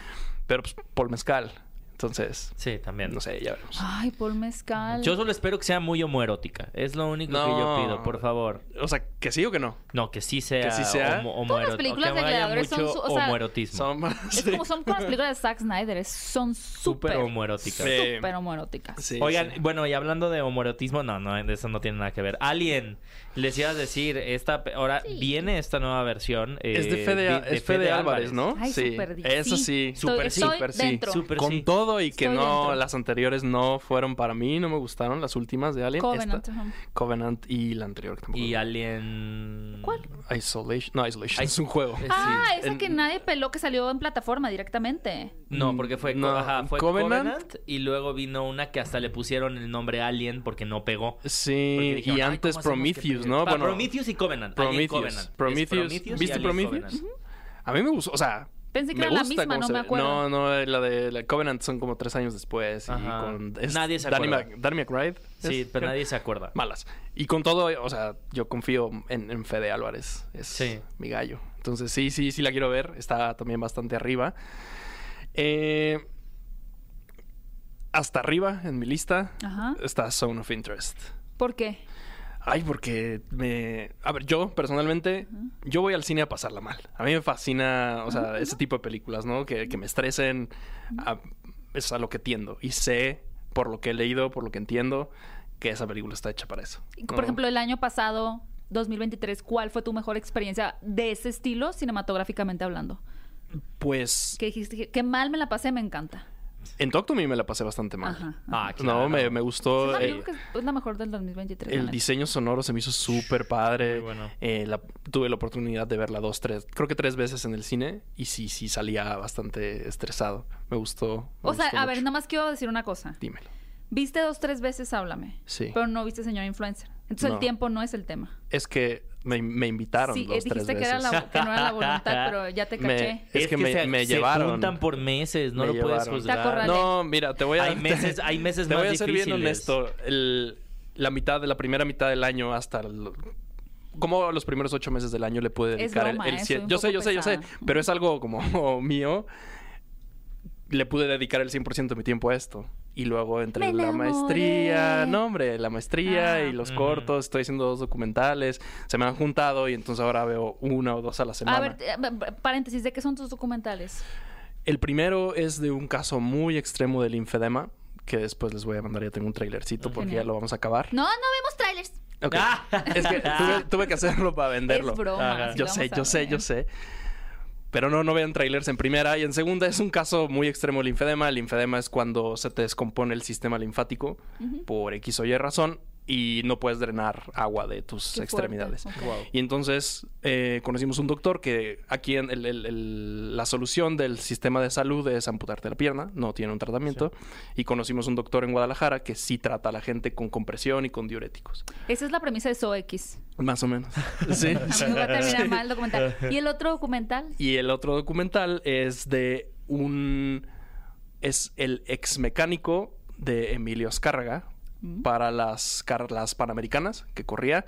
D: Pero pues Paul Mezcal. Entonces,
B: Sí, también.
D: no sé, ya veremos.
C: Ay, Paul Mezcal.
B: Yo solo espero que sea muy homoerótica. Es lo único que yo
D: No.
B: pido, por favor.
D: O sea, que sí o que no.
B: No, que sí sea,
D: Que sí sea.
B: homo-
C: Todas las
B: homoero-
C: películas
B: que
C: de
B: haya
C: gladiadores son
B: mucho
C: su- o sea,
B: homoerotismo.
D: Son-
C: Es
D: sí.
C: como son con las películas de Zack Snyder. es- son súper.
B: Súper homoeróticas.
D: Sí.
C: Súper homoeróticas.
D: Sí,
B: Oigan,
D: sí.
B: bueno, y hablando de homoerotismo, no, no, eso no tiene nada que ver. Alien, les iba a decir, esta pe- ahora viene esta nueva versión. eh,
D: es de Fede,
B: vi-
D: es Fede Álvarez, ¿no?
C: Ay,
D: sí.
C: súper di-
D: Eso
C: sí.
D: sí,
C: Estoy-
D: súper sí,
C: estoy
D: súper sí.
C: dentro.
B: Súper
D: Con
B: sí.
D: todo y que
C: Estoy
D: no,
C: dentro.
D: las anteriores no fueron para mí, no me gustaron las últimas de Alien.
C: Covenant.
D: Esta-
C: ajá.
D: Covenant y la anterior que tampoco.
B: Y Alien...
C: ¿Cuál?
D: Isolation, no, Isolation.
B: Ay,
D: es un juego.
B: es-
C: Ah,
B: Sí.
C: esa que nadie peló que salió en plataforma directamente.
B: No, porque fue,
D: No,
B: ajá, fue
D: Covenant.
B: Covenant. y luego vino una que hasta le pusieron el nombre Alien porque no pegó.
D: Sí,
B: Porque dijeron,
D: y
B: "Ay,
D: antes
B: ¿cómo hacemos que
D: Prometheus,
B: pegue?".
D: ¿no?
B: Pa-
D: Bueno,
B: Prometheus y Covenant. Alien
D: Prometheus,
B: Covenant. Es
D: Prometheus.
B: y
D: ¿Viste
B: Alien
D: Prometheus?
B: Covenant.
D: a mí me gustó, o sea,
C: Pensé que
D: me
C: era la
D: gusta
C: misma,
D: cómo
C: no
D: se
C: me
D: ve.
C: acuerdo.
D: No, no, la de la Covenant son como tres años después y
B: Ajá.
D: con
B: Nadie se
D: Danny,
B: acuerda.
D: Mc- Danny McBride.
B: Sí,
D: ¿es?
B: pero nadie se acuerda.
D: malas. Y con todo, o sea, yo confío en, en Fede Álvarez. Es
B: Sí.
D: mi gallo. Entonces, sí, sí, sí la quiero ver. Está también bastante arriba. Eh, hasta arriba en mi lista
C: Ajá.
D: está Zone of Interest.
C: ¿Por qué?
D: Ay, porque me... A ver, yo personalmente, yo voy al cine a pasarla mal. A mí me fascina, o sea,
C: Ah,
D: ese tipo de películas, ¿no? Que, que me estresen. a- es a lo que tiendo. Y sé, por lo que he leído, por lo que entiendo, que esa película está hecha para eso.
C: Por
D: ¿no?
C: ejemplo, el año pasado, 2023, ¿cuál fue tu mejor experiencia de ese estilo cinematográficamente hablando?
D: Pues
C: Que dijiste, qué mal me la pasé, me encanta.
D: en Toctomi me la pasé bastante mal.
C: Ajá.
B: Ah,
D: No,
B: claro.
D: me, me
C: Es
D: gustó.
C: la
D: eh,
C: mejor que- es la mejor del 2023. la
D: el
C: neta.
D: diseño sonoro se me hizo súper padre.
B: Muy bueno.
D: Eh, la- tuve la oportunidad de verla dos, tres, creo que tres veces en el cine. Y sí, sí, salía bastante estresado. Me gustó. me
C: O sea,
D: gustó
C: a ver,
D: mucho.
C: nada más quiero decir una cosa.
D: Dímelo.
C: Viste dos, tres veces, háblame.
D: Sí.
C: Pero no viste señor influencer. Entonces
D: No.
C: el tiempo no es el tema.
D: Es que me, me invitaron
C: Sí, eh,
D: dos, tres
C: dijiste que,
D: veces.
C: era la, que no era la voluntad, pero ya te
D: Me-
C: caché.
D: Es que me-
B: se,
D: me
B: se
D: llevaron.
B: juntan por meses, no lo
D: Me
B: puedes
D: llevaron.
C: Te
B: juzgar.
C: acorralé.
D: No, mira, te voy a...
B: Hay meses- hay meses
D: Te
B: más
D: voy a ser bien
B: difíciles.
D: honesto. El- la mitad de la primera mitad del año hasta... el- ¿Cómo a los primeros ocho meses del año le puede
C: Es
D: dedicar el-
C: broma,
D: el,
C: ¿eh?
D: cien-
C: Soy un
D: Yo sé,
C: poco
D: yo sé, yo sé.
C: pesada.
D: Pero es algo como mío. Le pude dedicar el 100% de mi tiempo a esto. Y luego entre
C: Me
D: la maestría...
C: enamoré.
D: No, hombre, la maestría
C: Ah.
D: y los
B: Ujú.
D: cortos. Estoy haciendo dos documentales. Se me han juntado y entonces ahora veo una o dos a la semana.
C: A ver, eh, b- b- paréntesis, ¿de qué son tus documentales?
D: El primero es de un caso muy extremo del infedema, que después les voy a mandar, ya tengo un trailercito porque
C: Ah, Genial.
D: ya lo vamos a acabar.
C: No, no vemos trailers.
D: Ok.
B: Ah.
D: Es que tuve, tuve que hacerlo para venderlo.
C: Es broma.
B: Ajá.
C: sí
D: yo
C: lo vamos
D: sé,
C: a
D: yo sé,
C: ver.
D: yo sé. Pero no, no vean trailers en primera. Y en segunda es un caso muy extremo del linfedema. El linfedema es cuando se te descompone el sistema linfático por X o Y razón y no puedes drenar agua de tus
C: Qué
D: extremidades.
C: fuerte, ok.
D: Y entonces eh, conocimos un doctor que aquí en el- el- el- la solución del sistema de salud es amputarte la pierna, no tiene un tratamiento. Y conocimos un doctor en Guadalajara que sí trata a la gente con compresión y con diuréticos.
C: Esa es la premisa de SOX.
D: Más o menos. Sí.
C: A mí me va a terminar
D: Sí.
C: mal el documental. ¿Y el otro documental?
D: Y el otro documental es de un. Es el ex mecánico de Emilio Azcárraga
C: Mm.
D: para las, car- las panamericanas que corría.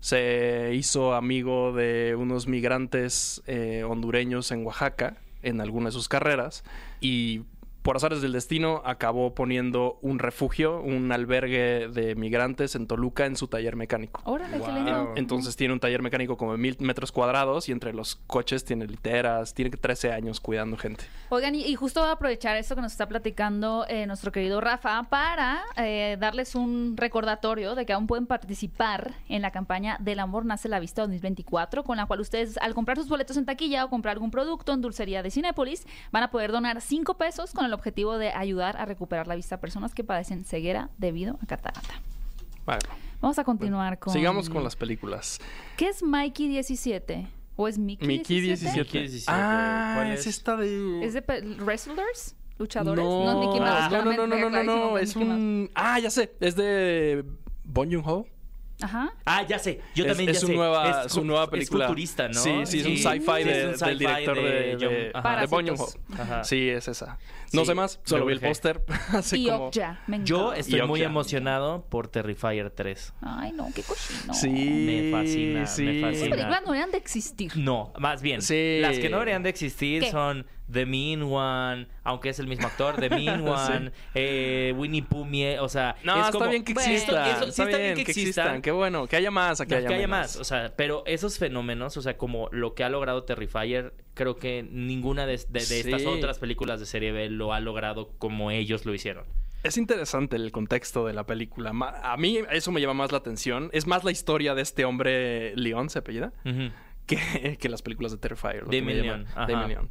D: Se hizo amigo de unos migrantes eh, hondureños en Oaxaca en alguna de sus carreras y. Por azares del destino, acabó poniendo un refugio, un albergue de migrantes en Toluca en su taller mecánico.
C: Órale, qué
B: Wow.
C: lindo.
D: Entonces tiene un taller mecánico como de mil metros cuadrados y entre los coches tiene literas, tiene 13 años cuidando gente.
C: Oigan, y, y justo voy a aprovechar esto que nos está platicando eh, nuestro querido Rafa para eh, darles un recordatorio de que aún pueden participar en la campaña Del Amor Nace la Vista 2024, con la cual ustedes al comprar sus boletos en taquilla o comprar algún producto en Dulcería de Cinépolis van a poder donar 5 pesos con el objetivo de ayudar a recuperar la vista a personas que padecen ceguera debido a catarata.
D: Bueno,
C: Vamos a continuar con...
D: sigamos con las películas.
C: ¿Qué es Mikey 17? ¿O es Mickey,
D: Mickey 17.
B: Mickey 17,
D: Ah,
B: ¿cuál
D: es?
B: es?
D: esta de...
C: ¿Es de pe- wrestlers? ¿Luchadores? No, es Mickey
D: ah,
C: Mouse.
D: no, no,
C: claramente,
D: no, no, no, no,
C: clarísimo,
D: no,
C: es
D: es
C: Mickey Mouse.
D: un... Ah, ya sé, es de Bon Joon-ho.
C: Ajá.
B: Ah, ya sé. Yo
D: Es-
B: también
D: es
B: ya
D: su
B: sé.
D: nueva-
B: Es
D: su
B: fu-
D: nueva
B: Es
D: película.
B: futurista, ¿no?
D: Sí, sí, es un sci-fi
B: Sí,
D: de-
B: es un sci-fi
D: del director de-
B: John-
D: de-
B: Ajá.
D: de Bon Joon-ho.
C: Parásitos.
B: Ajá.
D: Sí, es esa. No
B: Sí,
D: sé más,
B: me
D: solo vi el
B: urge.
D: póster. hace
C: Y
D: como-
C: Okja, me
B: Yo
C: encanta.
B: estoy muy
D: Yokia.
B: emocionado por Terrifier 3.
C: Ay, no, qué cochino.
D: Sí,
B: Me fascina, me
D: sí.
C: Esas
B: fascina.
C: películas no deberían de existir.
B: No, más bien.
D: Sí.
B: Las que no deberían de existir
C: ¿Qué?
B: son The Mean One, aunque es el mismo actor, The Mean One, eh, Winnie Pooh, Mie- o sea,
D: No,
B: es
D: está
B: como-
D: bien que
C: Bueno,
D: existan.
B: eso- sí
D: está, bien, que existan. Qué bueno, que haya más, a que,
B: No,
D: haya,
B: que haya
D: menos.
B: más, o sea, pero esos fenómenos, o sea, como lo que ha logrado Terrifier, creo que ninguna de, de- de estas
D: Sí.
B: otras películas de serie B lo ha logrado como ellos lo hicieron.
D: Es interesante el contexto de la película. Ma- A mí eso me llama más la atención. Es más la historia de este hombre León, se apellida,
B: Ujú.
D: que, que las películas de Terrifier. lo que me
B: Damien
D: llama-
B: Leone, ajá.
D: Damien Leone.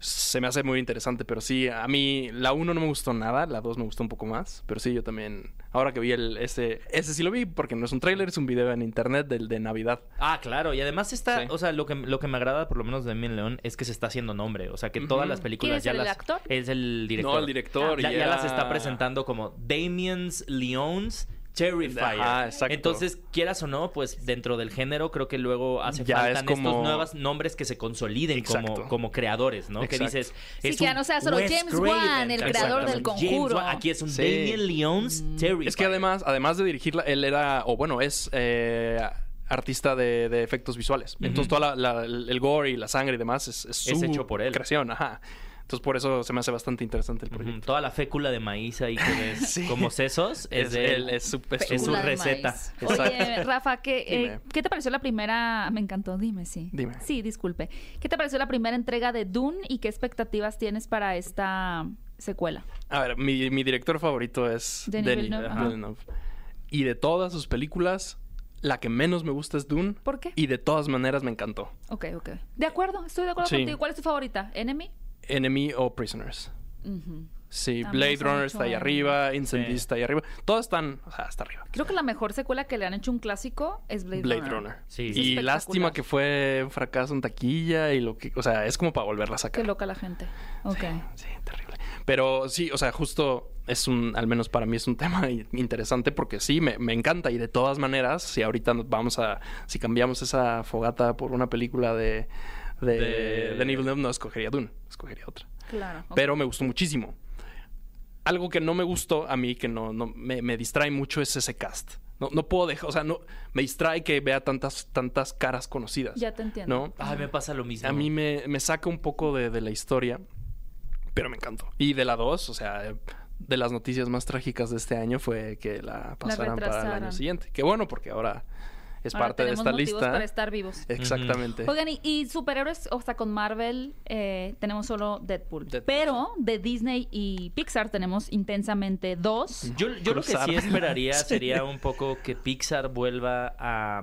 D: Se me hace muy interesante, pero sí, a mí la 1 no me gustó nada, la 2 me gustó un poco más, pero sí, yo también, ahora que vi el, ese, ese sí lo vi, porque no es un tráiler, es un video en internet del de Navidad.
B: Ah, claro, y además está,
D: Sí.
B: o sea, lo que, lo que me agrada por lo menos de Emil León es que se está haciendo nombre, o sea, que todas las películas
C: ¿Quién es
B: ya
C: el
B: las
C: actor?
B: es el director.
D: No, el director.
B: ya,
D: y
B: ya
D: era-
B: las está presentando como Damien's Leones Terrifier.
D: Ajá, Ah, exacto.
B: Entonces, quieras o no, pues dentro del género creo que luego hace
D: Ya
B: falta
D: es como-
B: estos nuevos nombres que se consoliden como,
D: Exacto.
B: como creadores, ¿no?
D: Exacto.
B: Que dices,
C: Sí,
B: es
C: que ya
B: un
C: no sea solo
B: Wes
C: James
B: Craven,
C: Wan, el
D: creador del
B: exactamente.
C: Conjuro. Mm.
B: James Wan, aquí es un
D: Sí.
B: Damien Leone's Terrifier.
D: Es que además, además de dirigirla, él era, o bueno, es eh, artista de, de efectos visuales. Entonces, todo el gore y la sangre y demás es, es
B: Es
D: su
B: hecho por él.
D: creación, ajá. Entonces, por eso se me hace bastante interesante el
B: Ujú,
D: proyecto.
B: Toda la fécula de maíz ahí que ves
D: Sí.
B: como sesos es,
D: Es,
B: de
D: él, es su, Pues, es su-
B: es su
C: Película de
B: receta.
C: maíz.
D: Exacto.
C: Oye, Rafa, ¿qué, eh,
D: Dime.
C: ¿qué te pareció la primera? Me encantó, dime, sí.
D: Dime.
C: Sí, disculpe. ¿Qué te pareció la primera entrega de Dune y qué expectativas tienes para esta secuela?
D: A ver, mi, mi director favorito es
C: Denis
D: Denis
C: Villeneuve,
D: ajá,
C: ajá.
D: Villeneuve. Y de todas sus películas, la que menos me gusta es Dune.
C: ¿Por qué?
D: Y de todas maneras me encantó.
C: Ok, ok. De acuerdo, estoy de acuerdo
D: Sí.
C: contigo. ¿Cuál es tu favorita? ¿Enemy?
D: Enemy o Prisoners.
C: Ujú.
D: Sí,
C: Ah, me
D: Blade
C: gusta
D: Runner
C: mucho
D: está ahí
C: Enemy.
D: arriba, Incendies
B: Sí.
D: está ahí arriba. Todas están, o sea, hasta arriba.
C: Creo que la mejor secuela que le han hecho un clásico es Blade,
D: Blade Runner.
B: Sí. Es
D: Y
C: espectacular.
D: lástima que fue un fracaso en taquilla y lo que, o sea, es como para volverla a
C: Qué
D: sacar.
C: loca la gente. Ok.
D: Sí, terrible. Pero sí, o sea, justo es un, al menos para mí es un tema interesante porque sí, me, me encanta y de todas maneras, si ahorita nos vamos a, si cambiamos esa fogata por una película de, de,
B: De-
D: de Neil Blomkamp, no escogería Dune, escogería otra.
C: Claro.
D: Pero me gustó muchísimo. Algo que no me gustó a mí, que no, no- me, me distrae mucho, es ese cast. No, no puedo dejar, o sea, no, me distrae que vea tantas, tantas caras conocidas.
C: Ya te entiendo.
D: ¿No?
B: Ay, me pasa lo mismo.
D: A mí me, me saca un poco de, de la historia, pero me encantó. Y de la 2, o sea, de las noticias más trágicas de este año fue que la pasaran para el año
C: retrasaran.
D: siguiente. Que bueno, porque ahora es
C: Ahora
D: parte de
C: tenemos
D: esta
C: motivos
D: lista. Este.
C: para estar vivos.
D: Exactamente.
C: Oigan, y, y superhéroes, o sea, con Marvel eh, tenemos solo Deadpool.
D: Deadpool,
C: Pero de Disney y Pixar tenemos intensamente dos.
B: Yo, yo lo que
D: Cruzar.
B: sí esperaría
D: Sí.
B: sería un poco que Pixar vuelva a,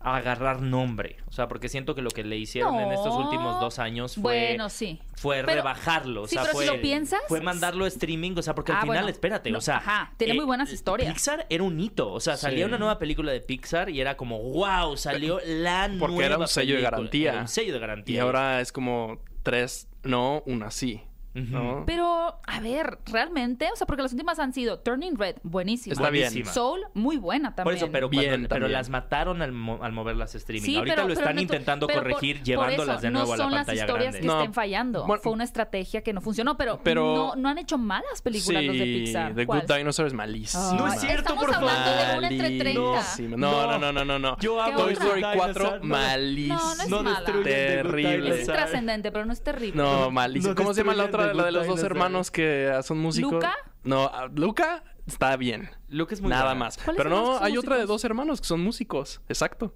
B: a agarrar nombre. O sea, porque siento que lo que le hicieron en estos
C: No.
B: últimos dos años
D: Mm,
B: fue.
C: Bueno, sí.
B: Fue
C: Pero-
B: rebajarlo. O
C: sí,
B: sea,
C: pero si
B: fue,
C: lo piensas-
B: Fue mandarlo a streaming. O sea, porque
C: Ah,
B: al final,
C: bueno.
B: espérate,
C: No,
B: o sea. eh,
C: ajá, tiene muy buenas historias.
B: Pixar era un hito. O sea, salía
D: Sí.
B: una nueva película de Pixar y era como, wow, salió la nueva.
D: Porque era un sello de
B: película".
D: garantía.
B: Era un sello de garantía.
D: Y ahora es como tres, no, una sí. ¿no?
C: Pero, a ver, realmente, o sea, porque las últimas han sido Turning Red, buenísima.
D: Está bien.
B: Buenísima.
C: Soul, muy buena
B: Por
C: también.
B: eso, pero,
D: Bien,
B: cuando- pero
D: también.
B: las mataron al, mo- al moverlas a streaming.
C: Sí,
B: Ahorita
C: pero-
B: lo
C: pero
B: están
C: no tu-
B: intentando
C: pero por-
B: corregir
C: por
B: llevándolas
C: eso,
B: de nuevo
C: no
B: a la
C: son
B: pantalla
C: las historias
B: grande.
C: que
D: No.
C: estén fallando.
D: Bueno,
C: Fue una estrategia que no funcionó, pero,
D: pero-
C: no, no han hecho malas películas los de Pixar.
D: The
C: ¿Cuál?
D: Good Dinosaur es malísimo.
C: Ay,
B: No es cierto,
C: estamos
B: por
C: hablando de
B: favor.
C: una entre 30.
D: Malísimo. No, no, no, no, no. no.
B: Yo
C: amo
D: Toy
C: The Good
D: Story 4,
B: Dinosaur, no.
D: malísimo.
C: No, no es
B: No
C: mala.
B: destruyen The Good
D: Terrible.
B: Dinosaur.
C: Es
D: ¿sabes?
C: trascendente, pero no es terrible.
D: No, malísimo.
B: No
D: ¿Cómo se llama la
B: destruyen
D: otra?
B: The
D: La de los
B: Good
D: dos
B: Dinosaur.
D: hermanos que ah, son músicos.
C: ¿Luca?
D: No, ah, Luca está bien.
B: Luke es muy
D: Nada
B: buena.
D: más.
C: ¿Cuáles
D: Pero
C: hermanos que
D: no,
C: son
D: hay otra de
C: músicos?
D: dos hermanos que son músicos. Exacto.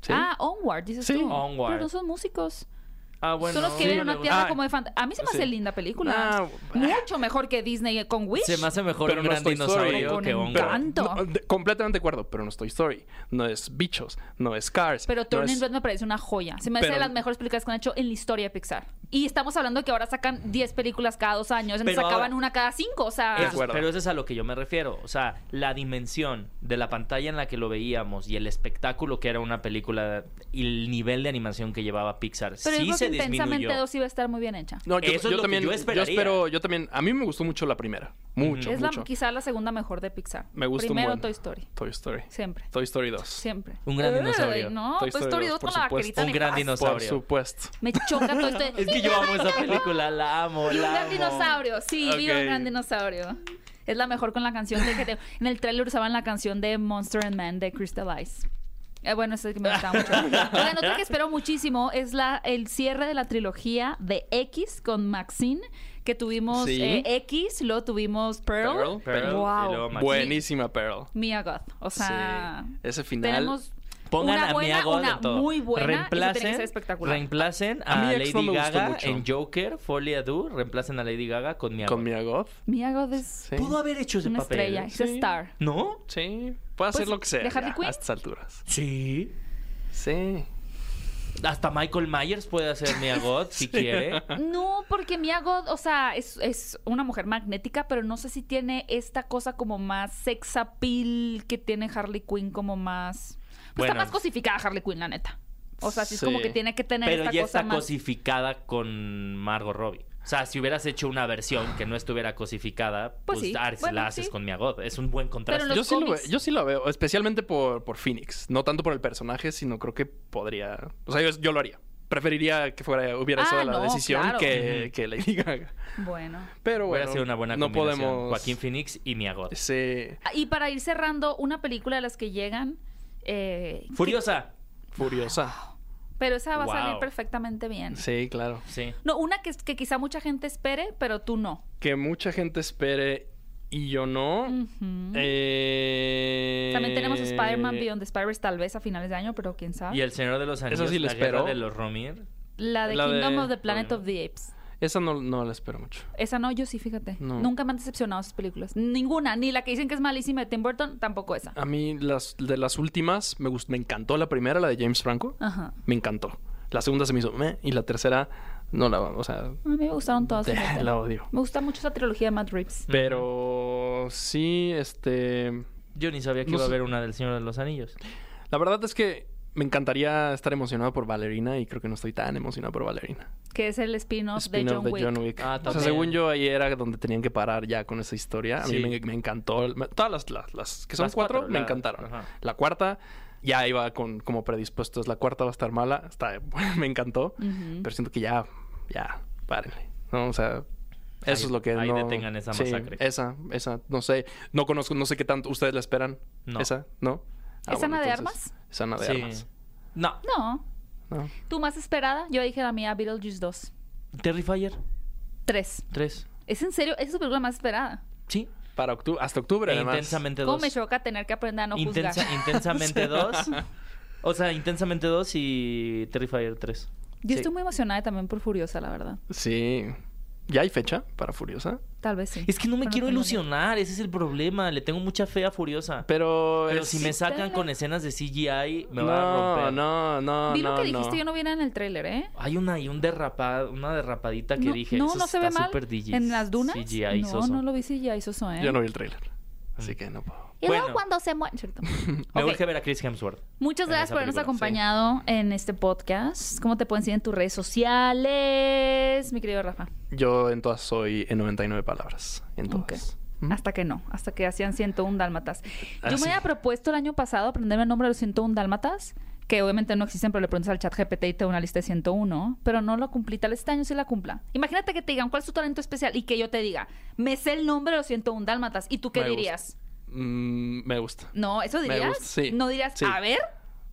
D: ¿Sí?
C: Ah, Onward, dices
D: Sí.
C: tú.
B: Onward.
C: Pero no son músicos.
B: Ah, bueno.
C: son los que
B: sí,
C: viven
B: no
C: a
B: le
C: una
B: gusta.
C: tierra
D: Ah,
C: como de fantasía. A mí se me hace
D: sí.
C: linda película.
D: Ah,
C: Mucho mejor que Disney con Wish.
B: Se me hace mejor
D: Pero
B: un
D: no
B: gran
D: estoy
B: dinosaurio
C: sorry.
B: que
C: Con
B: un
C: Pero-
B: gran-
C: Tanto.
D: no, de- completamente de acuerdo, pero no es Toy Story, no es Bichos, no es Cars.
C: Pero
D: no
C: Turning
D: es-
C: Red me parece una joya. Se me hace
D: Pero-
C: de las mejores películas que han hecho en la historia de Pixar. Y estamos hablando de que ahora sacan 10 películas cada dos años. Entonces
B: Pero
C: sacaban
B: ahora-
C: una cada cinco. O sea,
B: Eso es-
D: acuerdo.
B: pero eso es a lo que yo me refiero. O sea, la dimensión de la pantalla en la que lo veíamos y el espectáculo que era una película y el nivel de animación que llevaba Pixar.
C: pero yo
B: sí
C: creo
B: se
C: que Intensamente
B: disminuyó.
C: 2 iba a estar muy bien hecha.
D: No, yo,
B: Eso es
D: yo
B: lo que
D: también.
B: yo esperaría.
D: espero, yo también. A mí me gustó mucho la primera. Mucho,
C: es la,
D: mucho.
C: quizá la segunda mejor de Pixar.
D: Me gusta un
C: Primero
D: buen.
C: Toy Story.
D: Toy Story.
C: Siempre.
D: Toy Story 2.
C: Siempre.
B: Un gran
C: Uy,
B: dinosaurio.
C: No, Toy
D: Toy Story
C: Story 2
D: dos, por
C: con la
D: supuesto.
C: vaquerita
B: Un gran
C: nefasta.
D: Por
B: dinosaurio.
D: supuesto.
C: Me choca todo esto.
B: Es que yo amo esa película, la amo,
C: Y un
B: la
C: gran
B: amo.
C: dinosaurio, sí, viva
D: Ok.
C: un gran dinosaurio. Es la mejor con la canción de que te- en el tráiler usaban la canción de Monster and Man de Crystallize. Eh, bueno, esa es que me gusta mucho. Oigan, otra que espero muchísimo es la el cierre de la trilogía de X con Maxine, que tuvimos
D: Sí.
C: eh, X, luego tuvimos Pearl.
D: Pearl, Pearl,
C: Wow.
B: y luego Maxine.
D: Buenísima Pearl.
C: Mia Goth. O sea,
D: Sí. Ese final.
C: tenemos
B: Pongan
C: una
B: a
C: buena,
B: Mia Goth
C: una
B: en todo.
C: muy buena, y eso tiene que
B: reemplacen,
C: ser espectacular.
B: reemplacen
D: A
B: a,
D: mí Ex
B: Lady
D: no me gustó
B: Gaga
D: mucho.
B: en Joker, Folia Du, reemplacen a Lady Gaga con Mia
D: Con
B: Goth.
D: Mia Goth.
C: Mia Goth es
D: Sí. Pues
B: Pudo haber hecho ese
C: una
B: papel.
C: estrella, es
D: Sí.
C: star.
B: ¿No?
D: Sí. Puede hacer
C: Pues,
D: lo que sea.
C: ¿de Harley
D: ya,
C: Quinn?
D: A estas alturas.
B: Sí.
D: Sí.
B: Hasta Michael Myers puede hacer Mia Goth si quiere.
C: No, porque Mia God, o sea, es, es una mujer magnética, pero no sé si tiene esta cosa como más sex appeal que tiene Harley Quinn, como más. Pues
B: Bueno.
C: está más cosificada Harley Quinn, la neta. O sea, sí, es
D: Sí.
C: como que tiene que tener
B: Pero
C: esta
B: ya
C: cosa
B: está
C: más.
B: cosificada con Margot Robbie. O sea, si hubieras hecho una versión que no estuviera cosificada, pues,
C: Pues sí.
B: ah,
C: Bueno,
B: la haces
C: sí.
B: con Mia Goth. Es un buen contraste.
C: Pero Los
D: Yo sí, lo veo,
C: cómics.
D: yo sí lo veo, especialmente por, por Phoenix. No tanto por el personaje, sino creo que podría. O sea, yo, yo lo haría. Preferiría que fuera, hubiera
C: Ah,
D: sido la
C: no,
D: decisión
C: claro.
D: que,
B: Ujú.
D: que Lady Gaga.
C: Bueno.
D: Pero
B: Hubiera
D: bueno,
B: sido una buena
D: no
B: combinación.
D: podemos.
B: Joaquín Phoenix y Mia Goth.
D: Sí.
C: Y para ir cerrando, una película de las que llegan. eh,
B: Furiosa.
D: Furiosa.
C: pero esa va
B: Wow.
C: a salir perfectamente bien.
D: Sí, claro.
B: Sí.
C: No, una que, que quizá mucha gente espere, pero tú no.
D: Que mucha gente espere y yo no.
B: Mm.
C: Ujú.
D: Eh,
C: También tenemos Spider-Man Beyond the Spiders, tal vez a finales de año, pero quién sabe.
B: Y El Señor de los Anillos.
D: sí lo
B: la guerra
D: espero.
B: de los Romir.
C: La de
D: La
C: Kingdom
D: de-
C: of the Planet
B: Bueno.
C: of the Apes.
D: Esa no, no la espero mucho.
C: Esa no, yo sí, fíjate.
D: No.
C: Nunca me han decepcionado esas películas. Ninguna, ni la que dicen que es malísima de Tim Burton, tampoco esa.
D: A mí, las, de las últimas, me, gustó, me encantó la primera, la de James Franco.
C: Ajá.
D: Me encantó. La segunda se me hizo meh, y la tercera, no la O sea,
C: A mí me gustaron todas. fíjate.
D: la odio.
C: Me gusta mucho esa trilogía de Matt Reeves.
D: Pero sí, este.
B: Yo ni sabía que
D: No
B: iba a
D: sé.
B: haber una del Señor de los Anillos.
D: La verdad es que Me encantaría estar emocionado por Valerina y creo que no estoy tan emocionado por Valerina.
C: que es el spin-off de
D: Spin-off
C: John Wick.
B: Ah,
D: o sea,
B: también.
D: según yo, ahí era donde tenían que parar ya con esa historia. A
B: Sí.
D: mí me, me encantó. Me- Todas las, las- las que son
B: Las
D: cuatro,
B: cuatro,
D: me
B: la-
D: encantaron.
B: ajá.
D: La cuarta ya iba con como predispuestos. La cuarta va a estar mala. Está, me encantó.
C: Ujú.
D: Pero siento que ya, ya, párenle. ¿no? O sea, eso
B: Ahí-
D: es lo que
B: ahí
D: no...
B: detengan esa
D: Sí,
B: masacre.
D: esa, esa, no sé. No conozco, no sé qué tanto ustedes la esperan.
B: No.
D: Esa, ¿no? Ah,
C: ¿Es Ana de
D: entonces, Es Ana de
B: Sí.
D: Armas.
B: No.
C: No.
D: No.
C: ¿Tú más esperada? Yo dije la mía Beetlejuice 2.
B: Terrifier
C: 3.
B: 3.
C: ¿Es en serio? Esa es su película más esperada.
B: Sí.
D: Para octu- hasta octubre,
B: E
D: además.
B: intensamente
C: ¿Cómo
B: 2.
C: me choca tener que aprender a no juzgar?
B: Intensa- intensamente 2. O sea, intensamente 2 y Terrifier 3.
C: Yo
D: sí.
C: estoy muy emocionada también por Furiosa, la verdad.
D: Sí. ¿Ya hay fecha para Furiosa?
C: Tal vez sí.
B: Es que no me
C: Pero
B: quiero
C: tengo ni-
B: ilusionar, ese es el problema. Le tengo mucha fe a Furiosa. Pero,
D: Pero... es-
B: si me sacan
C: Espérala.
B: con escenas de CGI, me
D: no,
B: va a romper.
D: no, no,
C: Vi
D: no,
C: lo que dijiste,
D: no.
C: yo no vi nada en el tráiler, ¿eh?
B: Hay una, hay un derrapa- una derrapadita que
C: no,
B: dije.
C: no,
B: eso
C: no se ve
B: está
C: mal.
B: súper digis,
C: ¿En las dunas?
B: CGI
C: no,
B: soso.
C: no lo vi CGI soso, ¿eh?
D: Yo no vi el tráiler. Así que no puedo.
C: Y luego
B: Bueno.
C: cuando se muere... Cierto.
B: Me
C: Ok.
B: urge ver a Chris Hemsworth.
C: Muchas
B: en
C: gracias
B: esa
C: por habernos
B: película,
C: acompañado en este podcast. ¿Cómo te pueden seguir en tus redes sociales, mi querido Rafa?
D: Yo en todas soy en 99 palabras. En todas. Ujú.
C: Hasta que no, hasta que hacían 101 dálmatas.
D: Ah,
C: Yo
D: sí.
C: me había propuesto el año pasado aprenderme el nombre de los 101 dálmatas, que obviamente no existen, pero le preguntas al chat GPT y te da una lista de 101, pero no lo cumplí, tal vez este año sí la cumpla. Imagínate que te digan, ¿cuál es tu talento especial? Y que yo te diga, me sé el nombre de los 101 dálmatas. ¿Y tú qué
D: Me gusta.
C: dirías?
D: Mm, me gusta.
C: No, ¿eso
D: Me
C: dirías?
D: gusta, sí.
C: No dirías,
D: Sí.
C: a ver.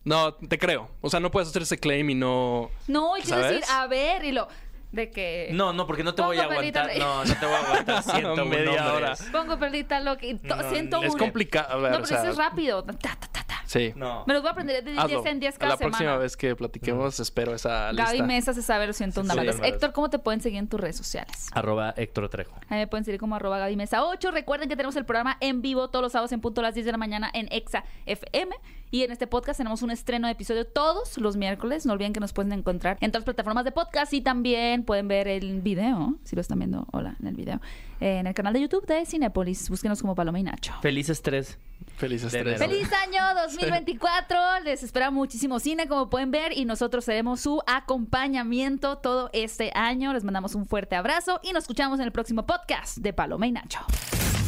D: No, te creo. O sea, no puedes hacer ese claim y no.
C: No, el chiste es decir,
D: ¿Sabes?
C: a ver, y lo... De que...
B: No, no, porque no te
C: Pongo
B: voy a
C: perrito
B: aguantar.
C: rey.
B: No, no te voy a aguantar. Siento
D: Media hora.
C: Pongo perlita loca y to-
B: No,
C: 101.
D: es complicado, a ver,
C: no,
D: o
C: pero
D: sea-
C: eso es rápido. Ta, ta, ta, ta.
D: Sí.
B: No.
C: Me los voy a aprender de
D: Hazlo.
C: 10 en 10 cada
D: La próxima
C: semana.
D: vez que platiquemos, espero esa lista.
C: Gaby Mesa se sabe los 101
B: Sí,
C: dálmatas.
B: sí.
C: Héctor, ¿cómo te pueden seguir en tus redes sociales?
B: Arroba Héctor Trejo.
C: A mí me pueden seguir como arroba Gaby Mesa 8. Recuerden que tenemos el programa en vivo todos los sábados en punto a las 10 de la mañana en Exa FM. Y en este podcast tenemos un estreno de episodio todos los miércoles. No olviden que nos pueden encontrar en todas las plataformas de podcast y también pueden ver el video, si lo están viendo, hola, en el video, en el canal de YouTube de Cinepolis. Búsquenos como Paloma y Nacho.
B: Felices tres.
D: Felices
B: De
D: tres.
B: enero.
C: ¡Feliz año 2024! Les espera muchísimo cine, como pueden ver, y nosotros seremos su acompañamiento todo este año. Les mandamos un fuerte abrazo y nos escuchamos en el próximo podcast de Paloma y Nacho.